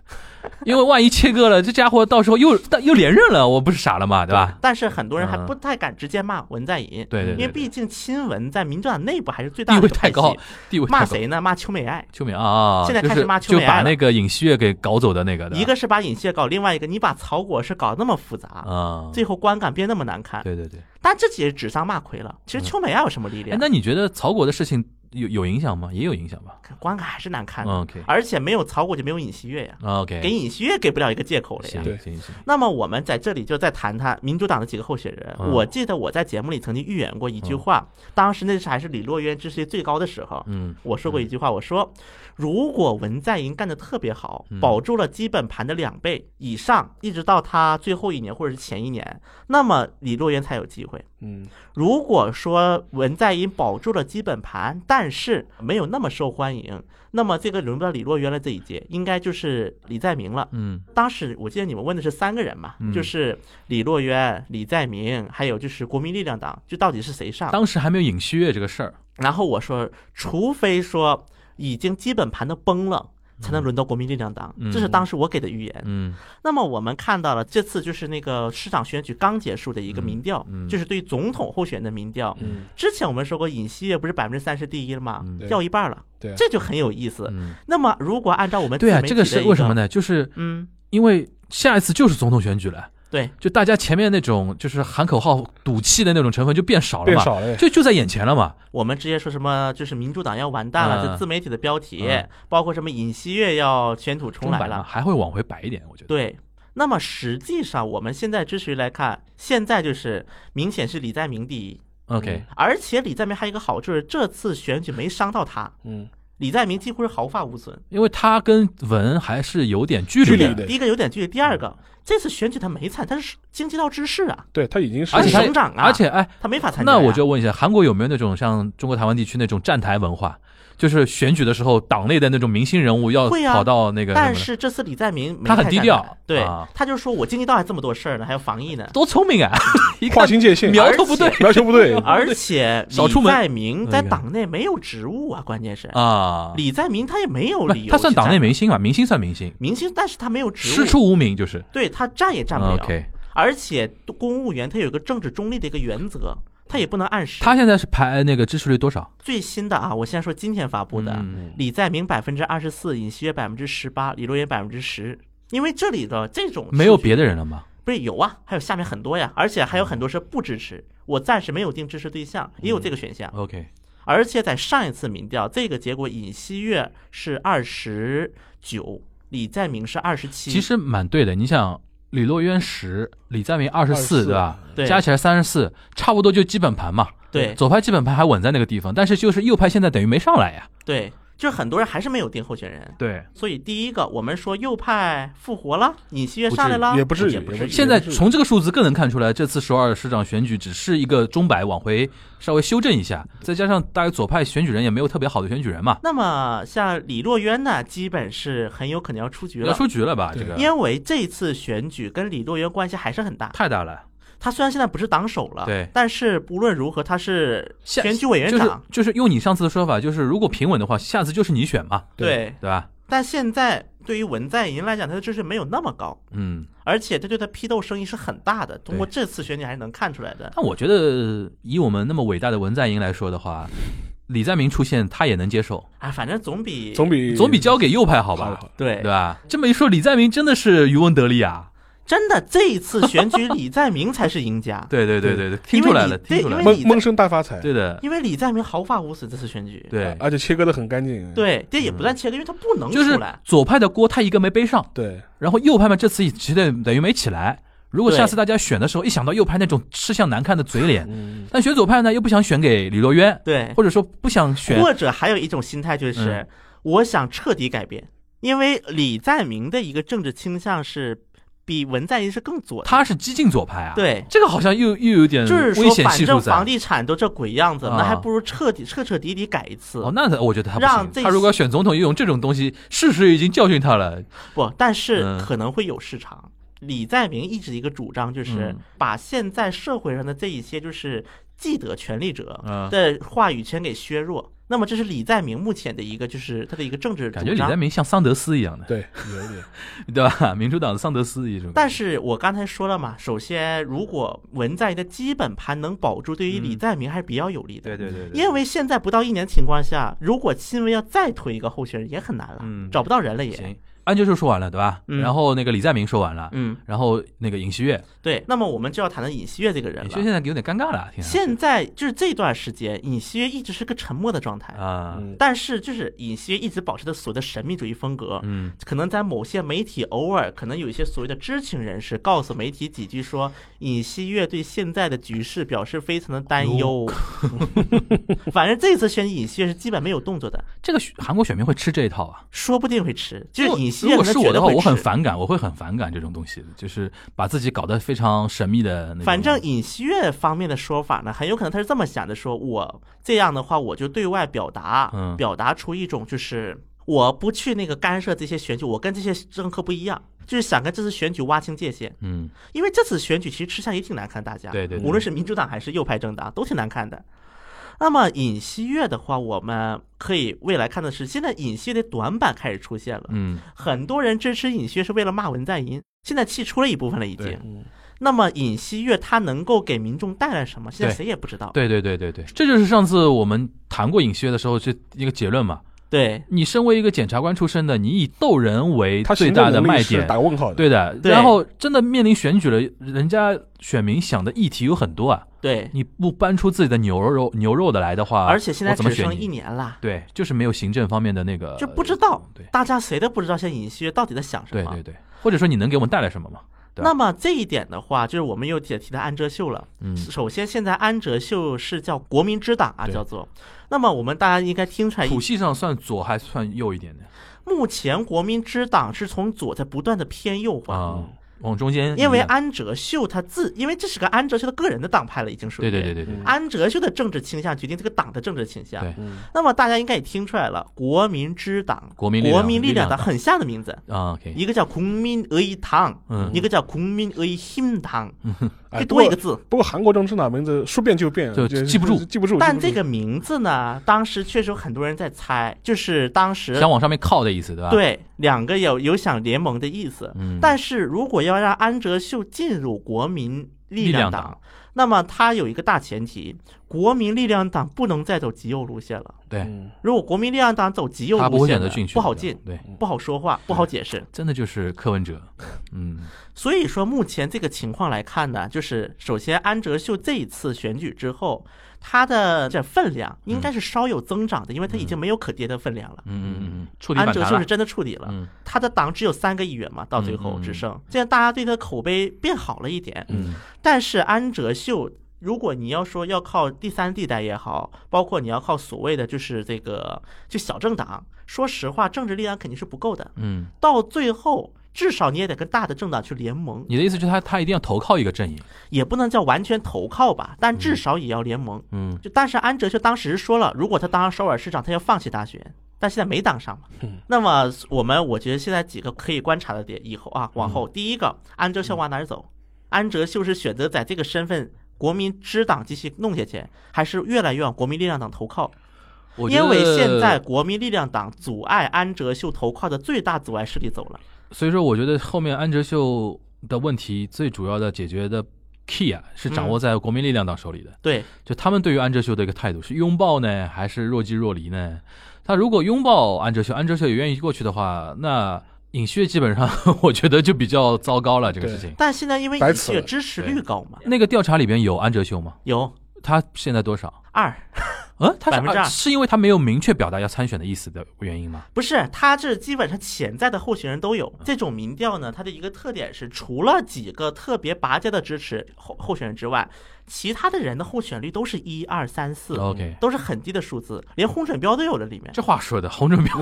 因为万一切割了，这家伙到时候又但又连任了，我不是傻了嘛，对吧？但是很多人还嗯不太敢直接骂文在寅，对对对因为对毕竟亲文在民主党内部还是最大地的位一个太派高系，，地位太骂高？谁呢？骂秋美爱。秋美啊，现在开始骂就是秋美就把爱了那个尹锡悦给搞走的那个，对吧一个是把尹锡悦搞，另外一个你把曹果是搞那么复杂，啊，最后观感变那么难看，对对对。但这也是指桑骂槐了。其实秋美爱有什么力哎，量？那你觉得曹国的事情有有影响吗？也有影响吧。观感还是难看的， OK 啊而且没有曹果就没有尹锡悦呀， OK，给尹锡悦给不了一个借口了呀行。对行行，那么我们在这里就再谈谈民主党的几个候选人。嗯我记得我在节目里曾经预言过一句话，当时那是还是李洛渊支持率最高的时候，嗯我说过一句话，我说如果文在寅干得特别好嗯，保住了基本盘的两倍以上，一直到他最后一年或者是前一年，那么李洛渊才有机会。嗯，如果说文在寅保住了基本盘，但是没有那么受欢迎，那么这个轮不到李洛渊了这一届，应该就是李在明了。嗯当时我记得你们问的是三个人嘛，嗯就是李洛渊、李在明，还有就是国民力量党，就到底是谁上？当时还没有尹锡悦这个事儿，然后我说，除非说已经基本盘的崩了。才能轮到国民力量党，嗯这是当时我给的预言。嗯那么我们看到了这次就是那个市长选举刚结束的一个民调，嗯嗯就是对总统候选人的民调。嗯之前我们说过，尹锡悦不是百分之三十第一了吗？嗯对掉一半了，对啊这就很有意思。嗯，那么如果按照我们对啊，自媒这个体的是一为什么？呢？就是嗯，因为下一次就是总统选举了，对，就大家前面那种就是喊口号赌气的那种成分就变少了变嘛，少了呀，就就在眼前了嘛。我们直接说什么就是民主党要完蛋嗯了，这自媒体的标题嗯，包括什么尹锡悦要卷土重中来版嘛了，还会往回摆一点，我觉得。对。那么实际上，我们现在支持率来看，现在就是明显是李在明第一， OK，而且李在明还有一个好处，就是这次选举没伤到他，嗯，李在明几乎是毫发无损。因为他跟文还是有点距距离离的，的第一个有点距离，第二个这次选举他没参，他是经济到知事啊，对他已经是而且他省长啊而且哎，他没法参加呀。那我就问一下，韩国有没有那种像中国台湾地区那种站台文化？就是选举的时候，党内的那种明星人物要会啊跑到那个什么但的，是这次李在明没他很太低敢调打对啊，他就说我经济道还这么多事儿呢，还有防疫 *laughs* 呢。多聪明啊！ *laughs* 一划看清界限，苗头不对苗头不 *laughs* 对，而且少出李门在明在嗯党内没有职务啊，关键是啊，李在明他也没有不理是由，他算党内明星吧？明星算明星，明星，但是他没有职师务，出无名就是。对他站也站不了。 OK，而且公务员他有一个政治中立的一个原则，他也不能暗示。他现在是排那个支持率多少？最新的啊，我现在说今天发布的，嗯李在明百分之二十四，尹锡悦百分之十八，李洛渊百分之十。因为这里的这种没有数据别的人了吗？不是有啊，还有下面很多呀，而且还有很多是不支持。我暂时没有定支持对象，嗯也有这个选项。 OK，而且在上一次民调，这个结果尹锡悦是二十九，李在明是二十七。其实蛮对的。你想，李洛渊十，李在明二十四，对吧？对加起来三十四，差不多就基本盘嘛。对左派基本盘还稳在那个地方，但是就是右派现在等于没上来呀。对，就是很多人还是没有定候选人。对，所以第一个，我们说右派复活了，尹锡悦上来不了，也不至于也不也至于。不至于现在从这个数字更能看出来，这次首尔市长选举只是一个钟摆往回稍微修正一下，再加上大概左派选举人也没有特别好的选举人嘛，那么像李洛渊呢，基本是很有可能要出局要了，出局了吧？对这个因为这次选举跟李洛渊关系还是很大。太大了，他虽然现在不是党首了，对但是不论如何，他是下选举委员就长，是就是用你上次的说法，就是如果平稳的话，下次就是你选嘛，对。对吧？但现在对于文在寅来讲，他的支持没有那么高，嗯，而且他对他批斗声音是很大的。通过这次选举还是能看出来的。但我觉得以我们那么伟大的文在寅来说的 *laughs* 话，李在明出现他也能接受，啊，反正总比总比总比交给右派好好吧？好对对吧？这么一说，李在明真的是渔翁得利啊！真的这一次选举，李在明才是赢家。对对对对对，听出来了，因为你对听出来因为了，闷闷声大发财，对的，因为李在明毫发无损这次选举。对嗯而且切割的很干净，对，这也不算切割，因为他不能就是出来。左派的锅他一个没背上，对然后右派嘛这次也其实等等于没起来。如果对下次大家选的时候，一想到右派那种吃相难看的嘴脸，嗯，但选左派呢又不想选给李洛渊，对，或者说不想选或者还有一种心态就是，嗯我想彻底改变，因为李在明的一个政治倾向是比文在寅是更左的。他是激进左派啊。，对，这个好像又又有点就是危说，险反系数正在。房地产都这鬼样子，啊那还不如彻底彻彻底底改一次。哦，那他我觉得他不让行。这他如果要选总统，又用这种东西，事实已经教训他了。不，但是嗯可能会有市场。李在明一直一个主张就是嗯把现在社会上的这一些就是既得权利者嗯的话语权给削弱。那么这是李在明目前的一个就是他的一个政治感主觉李在张。明像桑德斯一样的，对，有一点，对吧？ *laughs* 民主党的桑德斯一种。但是我刚才说了嘛，首先如果文在寅的基本盘能保住，对于李嗯在明还是比较有利的。对对对对，因为现在不到一年情况下，如果亲卫要再推一个候选人也很难了，嗯找不到人了也。行，安教授说完了，对吧？嗯然后那个李在明说完了，嗯，然后那个尹锡悦，对。那么我们就要谈谈尹锡悦这个人尹了锡悦。现在有点尴尬了，天啊现在就是这段时间，尹锡悦一直是个沉默的状态，啊，嗯但是就是尹锡悦一直保持着所谓的神秘主义风格。嗯，可能在某些媒体偶尔，可能有一些所谓的知情人士告诉媒体几句说，尹锡悦对现在的局势表示非常的担忧。 *laughs* 反正这次选举尹锡悦是基本没有动作的，这个韩国选民会吃这一套啊。说不定会吃。就是尹锡如悦果可是能我觉的得话，会我很吃。反感，我会很反感这种东西的，就是把自己搞得非常神秘的那种。反正尹锡悦方面的说法呢，很有可能他是这么想的：说我这样的话，我就对外表达，嗯表达出一种就是我不去那个干涉这些选举，我跟这些政客不一样，就是想跟这次选举划清界限。嗯，因为这次选举其实吃相也挺难看，大家对对对无论是民主党还是右派政党都挺难看的。那么尹锡悦的话，我们可以未来看的是，现在尹锡悦的短板开始出现了。嗯很多人支持尹锡悦是为了骂文在寅，现在气出了一部分了已对经。嗯那么尹锡悦他能够给民众带来什么？现在对谁也不知道。对对对对对，这就是上次我们谈过尹锡悦的时候，这一个结论嘛。对你身为一个检察官出身的，你以斗人为他最行大政的能卖力是点，打问号的，对的。对然后真的面临选举了，人家选民想的议题有很多啊，对，你不搬出自己的牛肉牛肉的来的话，而且现在啊我怎么只选剩你一年了，对，就是没有行政方面的那个，呃就不知道对大家谁都不知道现在尹锡悦到底在想什对么。对对，或者说你能给我们带来什么吗？对那么这一点的话，就是我们又也提到安哲秀了。嗯首先，现在安哲秀是叫国民之党啊，对叫做。那么我们大家应该听出来，谱系上算左还算右一点的目前国民之党是从左在不断的偏右化。啊？往中间移了，因为安哲秀他自，因为这是个安哲秀的个人的党派了，已经属于对对对对对，嗯安哲秀的政治倾向决定这个党的政治倾向对。嗯那么大家应该也听出来了，国民之党、国民力量国民力力量量党党很像的名字，啊，OK，一个叫国民俄一党，嗯一个叫国民俄一新党，哎可以不多过一个字。不过韩国政治呢，名字说变就变，就就记不住就记不住。但记不这住个名字呢，当时确实有很多人在猜，就是当时想往上面靠的意思，对吧？，对两个有有想联盟的意思。嗯，但是如果要让安哲秀进入国民力力量量党党，那么他有一个大前提：国民力量党不能再走极右路线了。对，嗯如果国民力量党走极右他不路会选线择了进去，嗯不好进，对，不好说话，不好解释。真的就是柯文哲，嗯，所以说，目前这个情况来看呢，就是首先安哲秀这一次选举之后，他的这分量应该是稍有增长的，因为他已经没有可跌的分量了。嗯嗯嗯，触底安反哲弹秀了是，真的触底了，嗯他的党只有三个议员嘛，到最嗯后嗯只剩，这样大家对他的口碑变好了一点。嗯但是安哲秀，如果你要说要靠第三地带也好，包括你要靠所谓的就是这个就小政党，说实话，政治力量肯定是不够的，嗯，到最后。至少你也得跟大的政党去联盟，你的意思就是他他一定要投靠一个阵营，也不能叫完全投靠吧，但至少也要联盟。嗯就但是安哲秀当时说了，如果他当上首尔市长，他要放弃大选，但现在没当上嘛。嗯那么我们我觉得现在几个可以观察的点，以后啊往后，第一个，安哲秀往哪儿走？安哲秀是选择在这个身份。国民之党继续弄下去，还是越来越往国民力量党投靠？我觉因得为现在国民力量党阻碍安哲秀投靠的最大阻碍势力走了。所以说，我觉得后面安哲秀的问题最主要的解决的 key 啊，是掌握在国民力量党手里的。对，就他们对于安哲秀的一个态度是拥抱呢，还是若即若离呢？他如果拥抱安哲秀，安哲秀也愿意过去的话，那尹锡悦基本上 *laughs* 我觉得就比较糟糕了。这个事情，但现在因为白尹扯锡悦支持率高嘛，那个调查里边有安哲秀吗？有他现在多少？二嗯，他是百分之二啊是因为他没有明确表达要参选的意思的原因吗？不是，他这基本上潜在的候选人都嗯有。这种民调呢，它的一个特点是，除了几个特别拔尖的支持候候选人之外，其他的人的候选率都是一二三四 OK 都是很低的数字，连红准标都有了里面。这话说的，红准标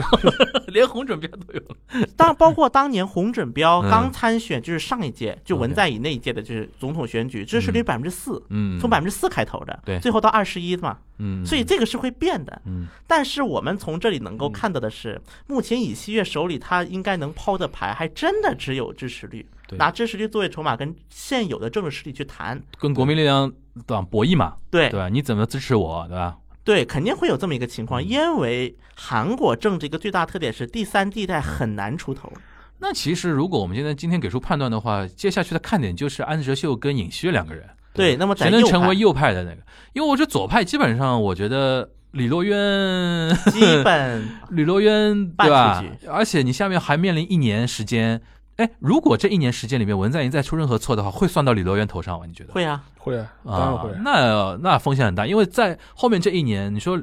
连红准标都有了。当包括当年红准标嗯刚参选，就是上一届，就 OK 文在寅那一届的，就是总统选举，支持率嗯百分之四。嗯，从百分之四开头的，对最后到二十一嘛，嗯，所以这个是会变的。嗯但是我们从这里能够看到的是，目前尹锡悦手里他应该能抛的牌，还真的只有支持率对，拿支持率作为筹码，跟现有的政治势力去谈。跟国民力量党博弈嘛，对对吧？你怎么支持我，对吧？对，肯定会有这么一个情况，嗯因为韩国政治一个最大特点是第三地带很难出头。那其实如果我们现在今天给出判断的话，接下去的看点就是安哲秀跟尹锡悦两个人，对，那么在谁能右成派为右派的那个？因为我这左派基本上，我觉得李洛渊，基本李洛渊对吧半出？而且你下面还面临一年时间，哎，如果这一年时间里面文在寅再出任何错的话，会算到李洛渊头上吗？你觉得？会啊，会啊，当然啊会，啊。那那风险很大，因为在后面这一年，你说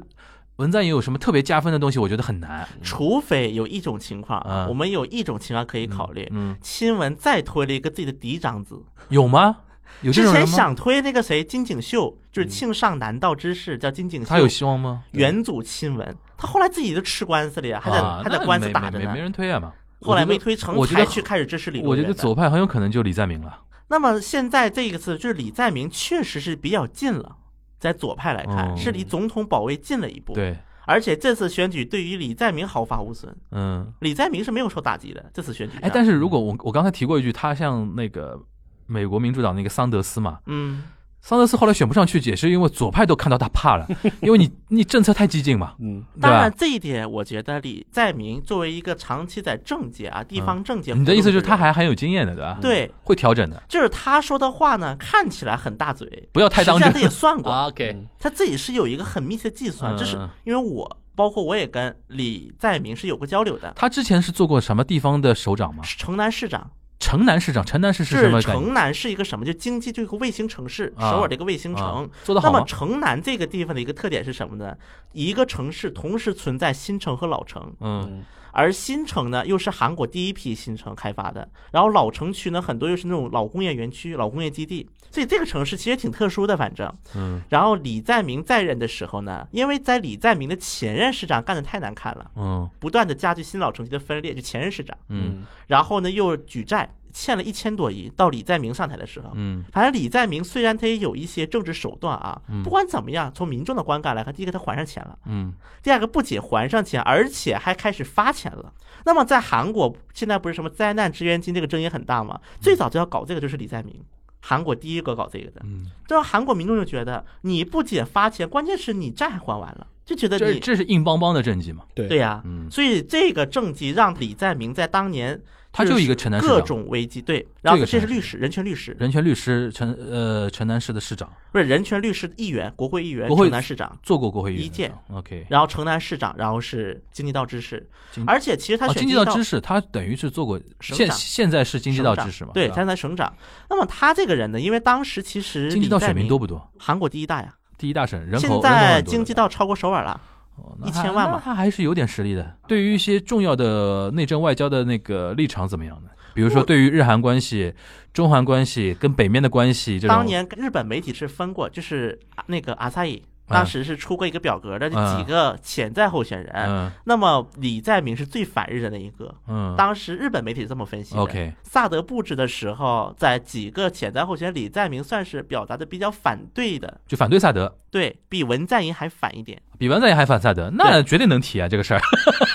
文在寅有什么特别加分的东西？我觉得很难。除非有一种情况啊嗯，我们有一种情况可以考虑，嗯，亲文再推了一个自己的嫡长子，有吗？有这之种人前吗？嗯想推那个谁金井秀，就是庆尚南道之士，叫金井秀，他有希望吗？元祖亲文，他后来自己都吃官司了呀，还在、啊，还那在官司没打着没没呢。人推啊嘛。后来我觉得没推成我，觉得才去开始支持李我洛觉渊得的。左派很有可能就李在明了。那么现在这一次就是李在明确实是比较近了，在左派来看、嗯是离总统保卫近了一步。，对，而且这次选举对于李在明毫发无损，嗯，李在明是没有受打击的。这次选举上，哎，但是如果我我刚才提过一句，他像那个美国民主党那个桑德斯嘛，嗯，桑德斯后来选不上去，也是因为左派都看到他怕 *laughs* 了，因为你你政策太激进嘛，嗯，对当然吧？这一点我觉得李在明作为一个长期在政界啊地方政界活嗯动你人，的意思就是他还很有经验的，对吧？，对。会调整的，就是他说的话呢，看起来很大嘴，不要太当实真际上他也嗯算过，啊。OK，嗯他自己是有一个很密切计算，嗯这是因为我包括我也跟李在明是有过交流的，他之前是做过什么地方的首长吗？是城南市长城南市长，城南市是什是么感觉？城南是一个什么？就经济这个卫星城市，啊首尔这个卫星啊城。做得那好么吗？城南这个地方的一个特点是什么呢？一个城市同时存在新城和老城，嗯而新城呢又是韩国第一批新城开发的，然后老城区呢很多又是那种老工业园区、老工业基地，所以这个城市其实挺特殊的，反正。嗯然后李在明在任的时候呢，因为在李在明的前任市长干得太难看了，嗯不断的加剧新老城区的分裂，就前任市长，嗯，然后呢又举债，欠了一千多亿到李在明上台的时候。嗯反正李在明虽然他也有一些政治手段啊嗯，不管怎么样，从民众的观感来看，第一个他还上钱了，嗯第二个不仅还上钱，而且还开始发钱了。那么在韩国现在不是什么灾难支援金这个争议很大吗？嗯最早就要搞这个就是李在明，韩国第一个搞这个的。嗯，这让韩国民众就觉得你不仅发钱，关键是你债还还完了，就觉得这你这是硬邦邦的政绩嘛？对对呀、嗯，所以这个政绩让李在明在当年他就一个城南市各长，种危机，对，然后这个这是是律师，人权律师，人权律师城呃城南市的市长，不是人权律师议员，国会议员，国会城南市长，做过国会议员一的届市长，OK，然后城南市长，然后是经济道知事经，而且其实他哦，选经济道道知识，他等于是做过省现长现在是经济道知识嘛？对，吧他在省长。那么他这个人呢，因为当时其实经济李道在选民明多不多？韩国第一大呀，第一大省，人口现人口很在多的经济道超过首尔了。哦那一他千万那嘛他还是有点实力的。对于一些重要的内政外交的那个立场怎么样呢？比如说我对于日韩关系、中韩关系跟北面的关系这种，当年日本媒体是分过，就是啊那个阿萨伊。当时是出过一个表格的嗯几个潜在候选人，嗯那么李在明是最反日的那一个。嗯当时日本媒体是这么分析的。 ，OK，萨德布置的时候，在几个潜在候选人，李在明算是表达的比较反对的，就反对萨德，对比文在寅还反一点。比完赞也还反萨德，那绝对能提啊这个事儿，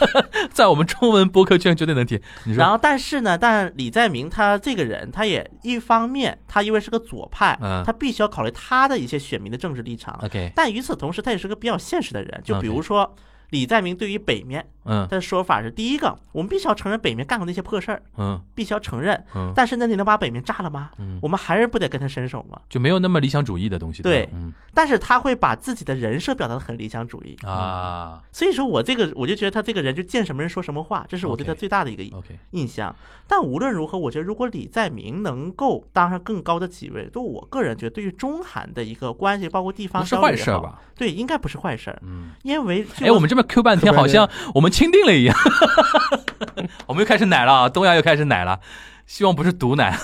*laughs* 在我们中文播客圈绝对能提。你然说，后，但是呢，但李在明他这个人，他也一方面，他因为是个左派，嗯他必须要考虑他的一些选民的政治立场。啊，OK，但与此同时，他也是个比较现实的人。就比嗯 OK 如说，李在明对于北面，嗯他的说法是：第一个，我们必须要承认北面干过那些破事儿，嗯必须要承认。嗯但是那你能把北面炸了吗？嗯，我们还是不得跟他伸手吗？就没有那么理想主义的东西。对吧嗯但是他会把自己的人设表达的很理想主义。啊所以说我这个，我就觉得他这个人就见什么人说什么话，这是我对他 OK 最大的一个，OK，印象。但无论如何，我觉得如果李在明能够当上更高的几位，就我个人觉得，对于中韩的一个关系，包括地方不是交流坏也事儿好？吧？对，应该不是坏事儿，嗯。因为就哎，我们这么 Q 半天，特别好像我们钦定了一样。 *laughs* 我们又开始奶了啊，东亚又开始奶了，希望不是毒 *laughs* 奶。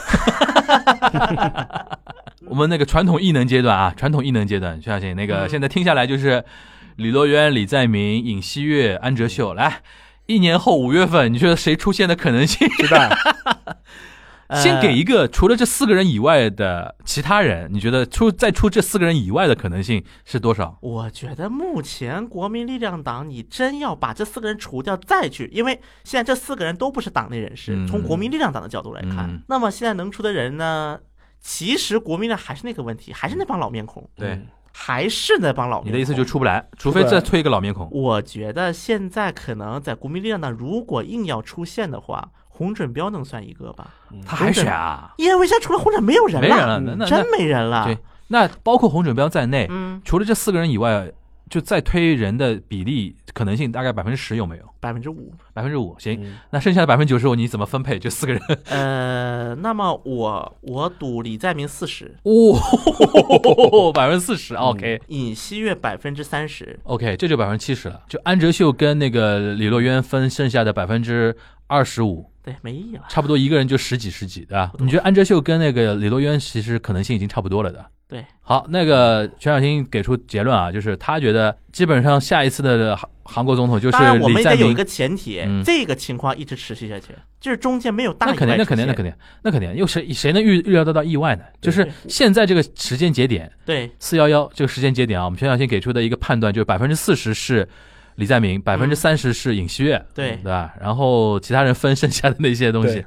我们那个传统异能阶段啊，传统异能阶段，徐小新，那个嗯现在听下来就是李洛渊、李在明、尹锡悦、安哲秀。来，一年后五月份，你觉得谁出现的可能性？知道，*laughs* 呃先给一嗯个除了这四个人以外的其他人，你觉得出再出这四个人以外的可能性是多少？我觉得目前国民力量党，你真要把这四个人除掉再去，因为现在这四个人都不是党内人士。嗯从国民力量党的角度来看，嗯那么现在能出的人呢？其实国民力量还是那个问题，还是那帮老面孔，对嗯，还是那帮老你面孔。的意思就是出不来，除非出不再来推一个老面孔。我觉得现在可能在国民力量党如果硬要出现的话，洪准标能算一个吧，他还选啊？因为现在除了洪准没有人没了，人了，那那真没人那了对。，那包括洪准标在内，嗯，除了这四个人以外，就再推人的比例可能性大概百分之十有没有？百分之五。百分之五行，嗯那剩下的百分之九十五你怎么分配？这四个人，呃，那么我我赌李在明四十，哦， *laughs* 百分之四十，OK 尹锡悦百分之三十， OK，这就百分之七十了。就安哲秀跟那个李洛渊分剩下的百分之二十五，对，没意义了。差不多一个人就十几十几，对吧？你觉得安哲秀跟那个李洛渊其实可能性已经差不多了的。对，好，那个全小新给出结论啊，就是他觉得基本上下一次的韩韩国总统就是当然，我们李也在得有一明个前提，嗯这个情况一直持续下去，就是中间没有大那肯定，那肯定，那肯定，那肯定，又谁谁能预预料得到意外呢？就是现在这个时间节点，定。对，四幺幺这个时间节点啊，我们全小新给出的一个判断就是百分之四十是李在明，百分之三十是尹锡悦，嗯嗯对对吧？然后其他人分剩下的那些东西对，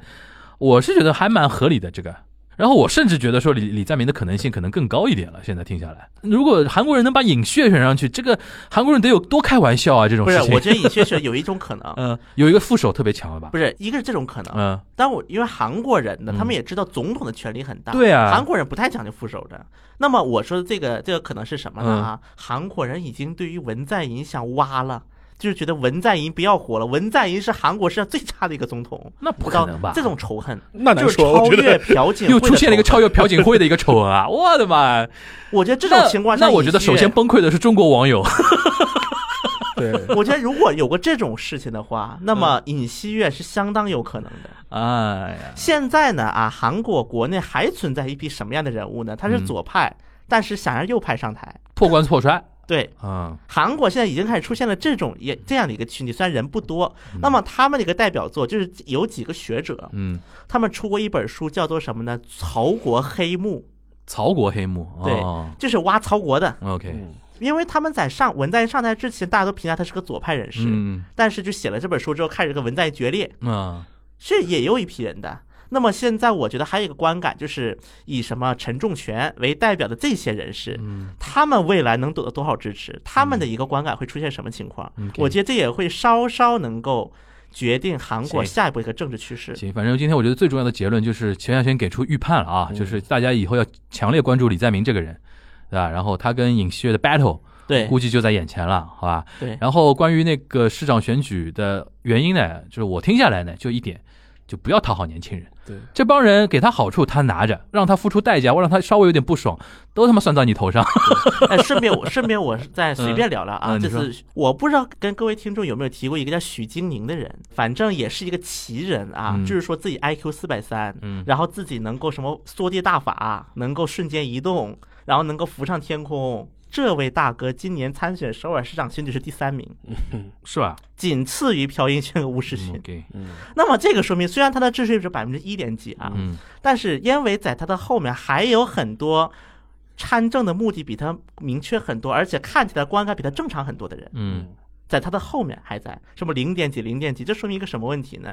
我是觉得还蛮合理的这个。然后我甚至觉得说李李在明的可能性可能更高一点了。现在听下来，如果韩国人能把尹锡悦选上去，这个韩国人得有多开玩笑啊！这种不是事，情，我觉得尹锡悦有一种可 *laughs* 能，嗯，有一个副手特别强了吧不？是一个是这种可能，嗯，但我因为韩国人呢，嗯他们也知道总统的权力很大，对啊韩国人不太讲究副手的。那么我说的这个这个可能是什么呢？啊，嗯韩国人已经对于文在寅想挖了。就是觉得文在寅不要活了，文在寅是韩国世界上最差的一个总统，那不可能吧？这种仇恨那就难是说，我超觉得越朴槿惠，又出现了一个超越，朴槿惠的一个丑闻啊！ *laughs* 我的妈！我觉得这种情况下，那，那我觉得首先，崩溃的是中国网友。 *laughs* 对，我觉得如果有过这种事情的话，那嗯么尹锡悦是相当有可能的。哎呀，现在呢啊，韩国国内还存在一批什么样的人物呢？他是嗯左派，但是想让右派上台，破罐子破摔，对，啊，韩国现在已经开始出现了这种也这样的一个群体，虽然人不多，那么他们的一个代表作就是有几个学者，嗯，他们出过一本书，叫做什么呢？曹国黑幕，曹国黑幕，对哦就是挖曹国的， ，OK，嗯，因为他们在上文在寅上台之前，大家都评价他是个左派人士，嗯，但是就写了这本书之后，开始跟文在寅决裂，啊，是也有一批人的。那么现在我觉得还有一个观感，就是以什么陈仲权为代表的这些人士，嗯他们未来能得到多少支持？他们的一个观感会出现什么情况？ ，OK，我觉得这也会稍稍能够决定韩国行下一步一个政治趋势。行，反正今天我觉得最重要的结论就是钱亚轩给出预判了啊，就是大家以后要强烈关注李在明这个人，对吧？然后他跟尹锡悦的 battle 对估计就在眼前了，好吧？对，然后关于那个市长选举的原因呢，就是我听下来呢，就一点，就不要讨好年轻人。对，这帮人给他好处，他拿着，让他付出代价，或让他稍微有点不爽，都他妈算到你头上。 *laughs* 哎，顺便我顺便我再随便聊聊啊，嗯这你说次我不知道跟各位听众有没有提过一个叫许金宁的人，反正也是一个奇人啊，嗯就是说自己 IQ 四百三，嗯然后自己能够什么缩地大法，能够瞬间移动，然后能够浮上天空。这位大哥今年参选首尔市长选举是第三名，是吧仅次于朴英俊和吴世嗯勋。 ？OK，嗯，那么这个说明，虽然他的支持率是百分之一点几啊，嗯但是因为在他的后面还有很多参政的目的比他明确很多，而且看起来观感比他正常很多的人，嗯在他的后面还在什么零点几零点几，这说明一个什么问题呢？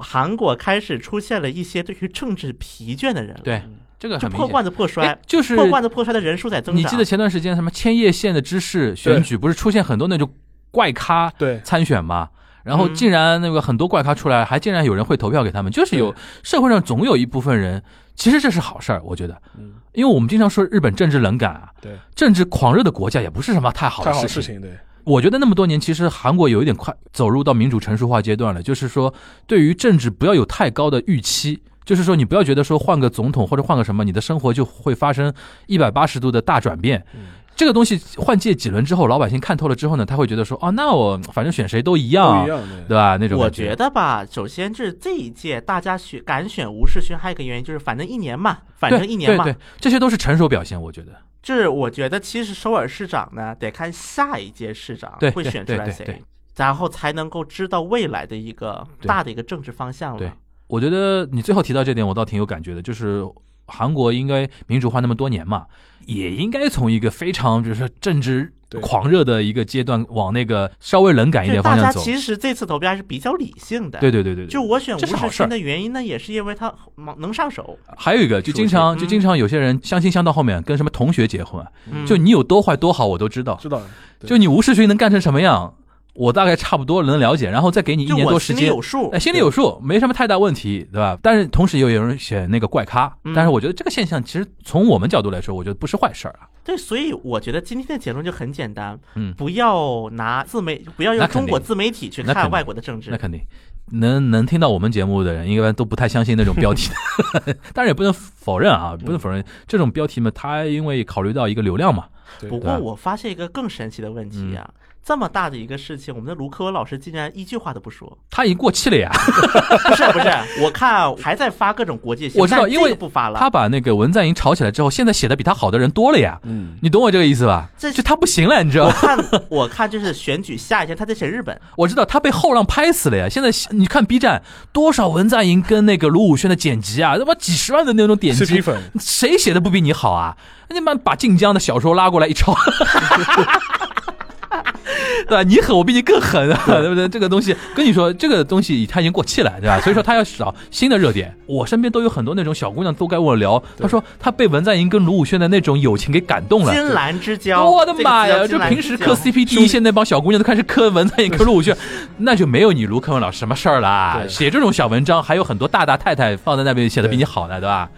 韩国开始出现了一些对于政治疲倦的人了，对，这个嗯就很明破显。罐子破摔哎，就是破罐子破摔的人数在增长。你记得前段时间什么千叶县的知事选举，不是出现很多那种怪咖对，参选嘛？然后嗯竟然那个很多怪咖出来，还竟然有人会投票给他们，就是有社会上总有一部分人，其实这是好事儿，我觉得，嗯，因为我们经常说日本政治冷感啊，对，政治狂热的国家也不是什么太好太的好事事情。情，对，我觉得那么多年，其实韩国有一点快走入到民主成熟化阶段了，就是说对于政治不要有太高的预期。就是说，你不要觉得说换个总统或者换个什么，你的生活就会发生一百八十度的大转变。嗯，这个东西换届几轮之后，老百姓看透了之后呢，他会觉得说，哦，那我反正选谁都一不样一，样啊对的，吧？那种我感觉觉得吧，首先就是这一届大家选敢选吴世勋，还有一个原因就是反正一年嘛，反正一年嘛对，对对，这些都是成熟表现，我觉得。就是我觉得，其实首尔市长呢，得看下一届市长对会选出来对对对谁，然后才能够知道未来的一个对大的一个政治方向对了。我觉得你最后提到这点，我倒挺有感觉的，就是韩国应该民主化那么多年嘛，也应该从一个非常就是政治对狂热的一个阶段，往那个稍微冷感一就点大方家向走。其实这次投票还是比较理性的。对对对对对，就我选吴这是好世事儿啊勋的原因呢，也是因为他能上手。还有一个，就经常嗯就经常有些人相亲相到后面跟什么同学结婚啊，嗯就你有多坏多好我都知道，知道，对就你吴世勋能干成什么样，我大概差不多能了解，然后再给你一就年我多时心里间有，数哎，。心里有数，没什么太大问题，对吧？但是同时也有人选那个怪咖，嗯但是我觉得这个现象其实从我们角度来说，我觉得不是坏事儿啊。对，所以我觉得今天的结论就很简单，嗯不要拿自媒，不要那用肯定中国自媒体去那肯看定外国的政治那。肯定，能能听到我们节目的人，一般都不太相信那种标 *laughs* 题，当然也不能否认嗯啊，不能否认这种标题嘛，它因为考虑到一个流量嘛，对不对嗯过啊，我发现一个更神奇的问题啊，这么大的一个事情，我们的卢科文老师竟然一句话都不说 *laughs* 它已经过气了呀。不是不是，我看还在发各种国际新闻，我知道但因为这个不发了他。把那个文在寅炒起来之后，现在写的比他好的人多了呀，嗯，你懂我这个意思吧？这就他不行了，你知道我吧？看 *laughs* 我看就是选举下一天他在写日本，我知道他被后浪拍死了呀！现在你看 B 站多少文在寅跟那个卢武铉的剪辑啊，他妈几十万的那种点是击皮，粉，谁写的不比你好啊？你妈把晋江的小说拉过来一抄， *laughs* 对吧？你狠，我比你更狠啊，对不对？这个东西跟你说，这个东西它已经过气了，对吧？所以说他要找新的热点。我身边都有很多那种小姑娘都跟我聊，她说她被文在寅跟卢武铉的那种友情给感动了。金兰之交，我的这个妈呀！叫金就兰平之时交磕 CP 第一线那帮小姑娘都开始磕文在寅、磕卢 *laughs* 武铉，那就没有你卢克文老师什么事儿啦。对写这种小文章，还有很多大大太太放在那边写的比你好呢，对吧？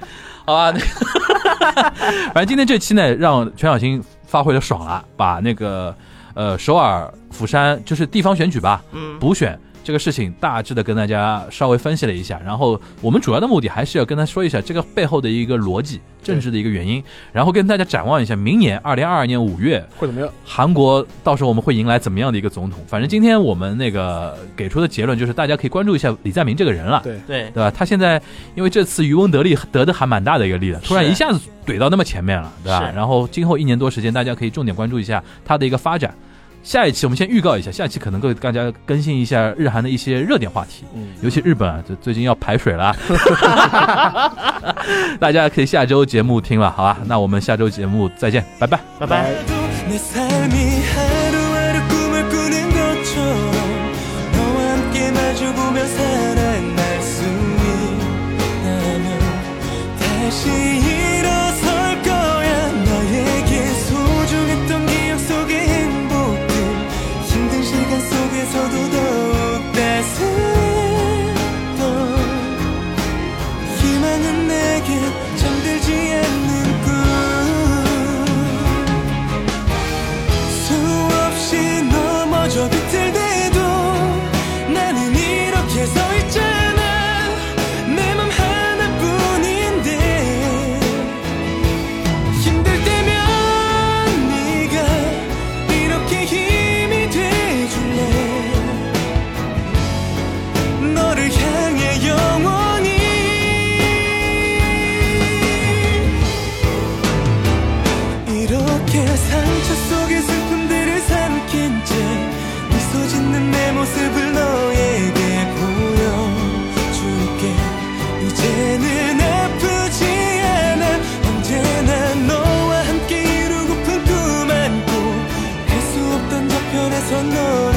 好啊吧，那 *laughs* 反正今天这期呢，让全小新发挥的爽了，把那个呃首尔、釜山就是地方选举吧，嗯，补选这个事情大致的跟大家稍微分析了一下，然后我们主要的目的还是要跟他说一下这个背后的一个逻辑、政治的一个原因，然后跟大家展望一下明年二零二二年五月会怎么样？韩国到时候我们会迎来怎么样的一个总统？反正今天我们那个给出的结论就是，大家可以关注一下李在明这个人了，对，对对吧？他现在因为这次渔翁得利得的还蛮大的一个利的，突然一下子怼到那么前面了，对吧？是然后今后一年多时间，大家可以重点关注一下他的一个发展。下一期我们先预告一下，下一期可能给大家更新一下日韩的一些热点话题。嗯，尤其日本啊，这最近要排水了啊， *laughs* 大家可以下周节目听了，好吧？那我们下周节目再见，拜拜。拜拜。 내 삶이 하루하루 꿈을 꾸는 것처럼 너와 함께 마주보며 살아날 수 있다면 다시 일어설 거야 너에게 소중했던 기억 속의 행복들 힘든 시간 속에서도 더욱 따스했던 희망은 내게 잠들지 않는 꿈 수없이 넘어져 비틀 때도 나는 이렇게 서 있잖아 내 맘 하나뿐인데 힘들 때면 네가 이렇게 힘이 돼줄래 너를 향해 영원히 이렇게 상처 속에 슬픔들을 삼킨 채 미소 짓는 내 모습을 너에게 보여줄게 이제는 아프지 않아 언제나 그 너와 함께 이루고픈 꿈 안고 할 수 없던 저편에서 너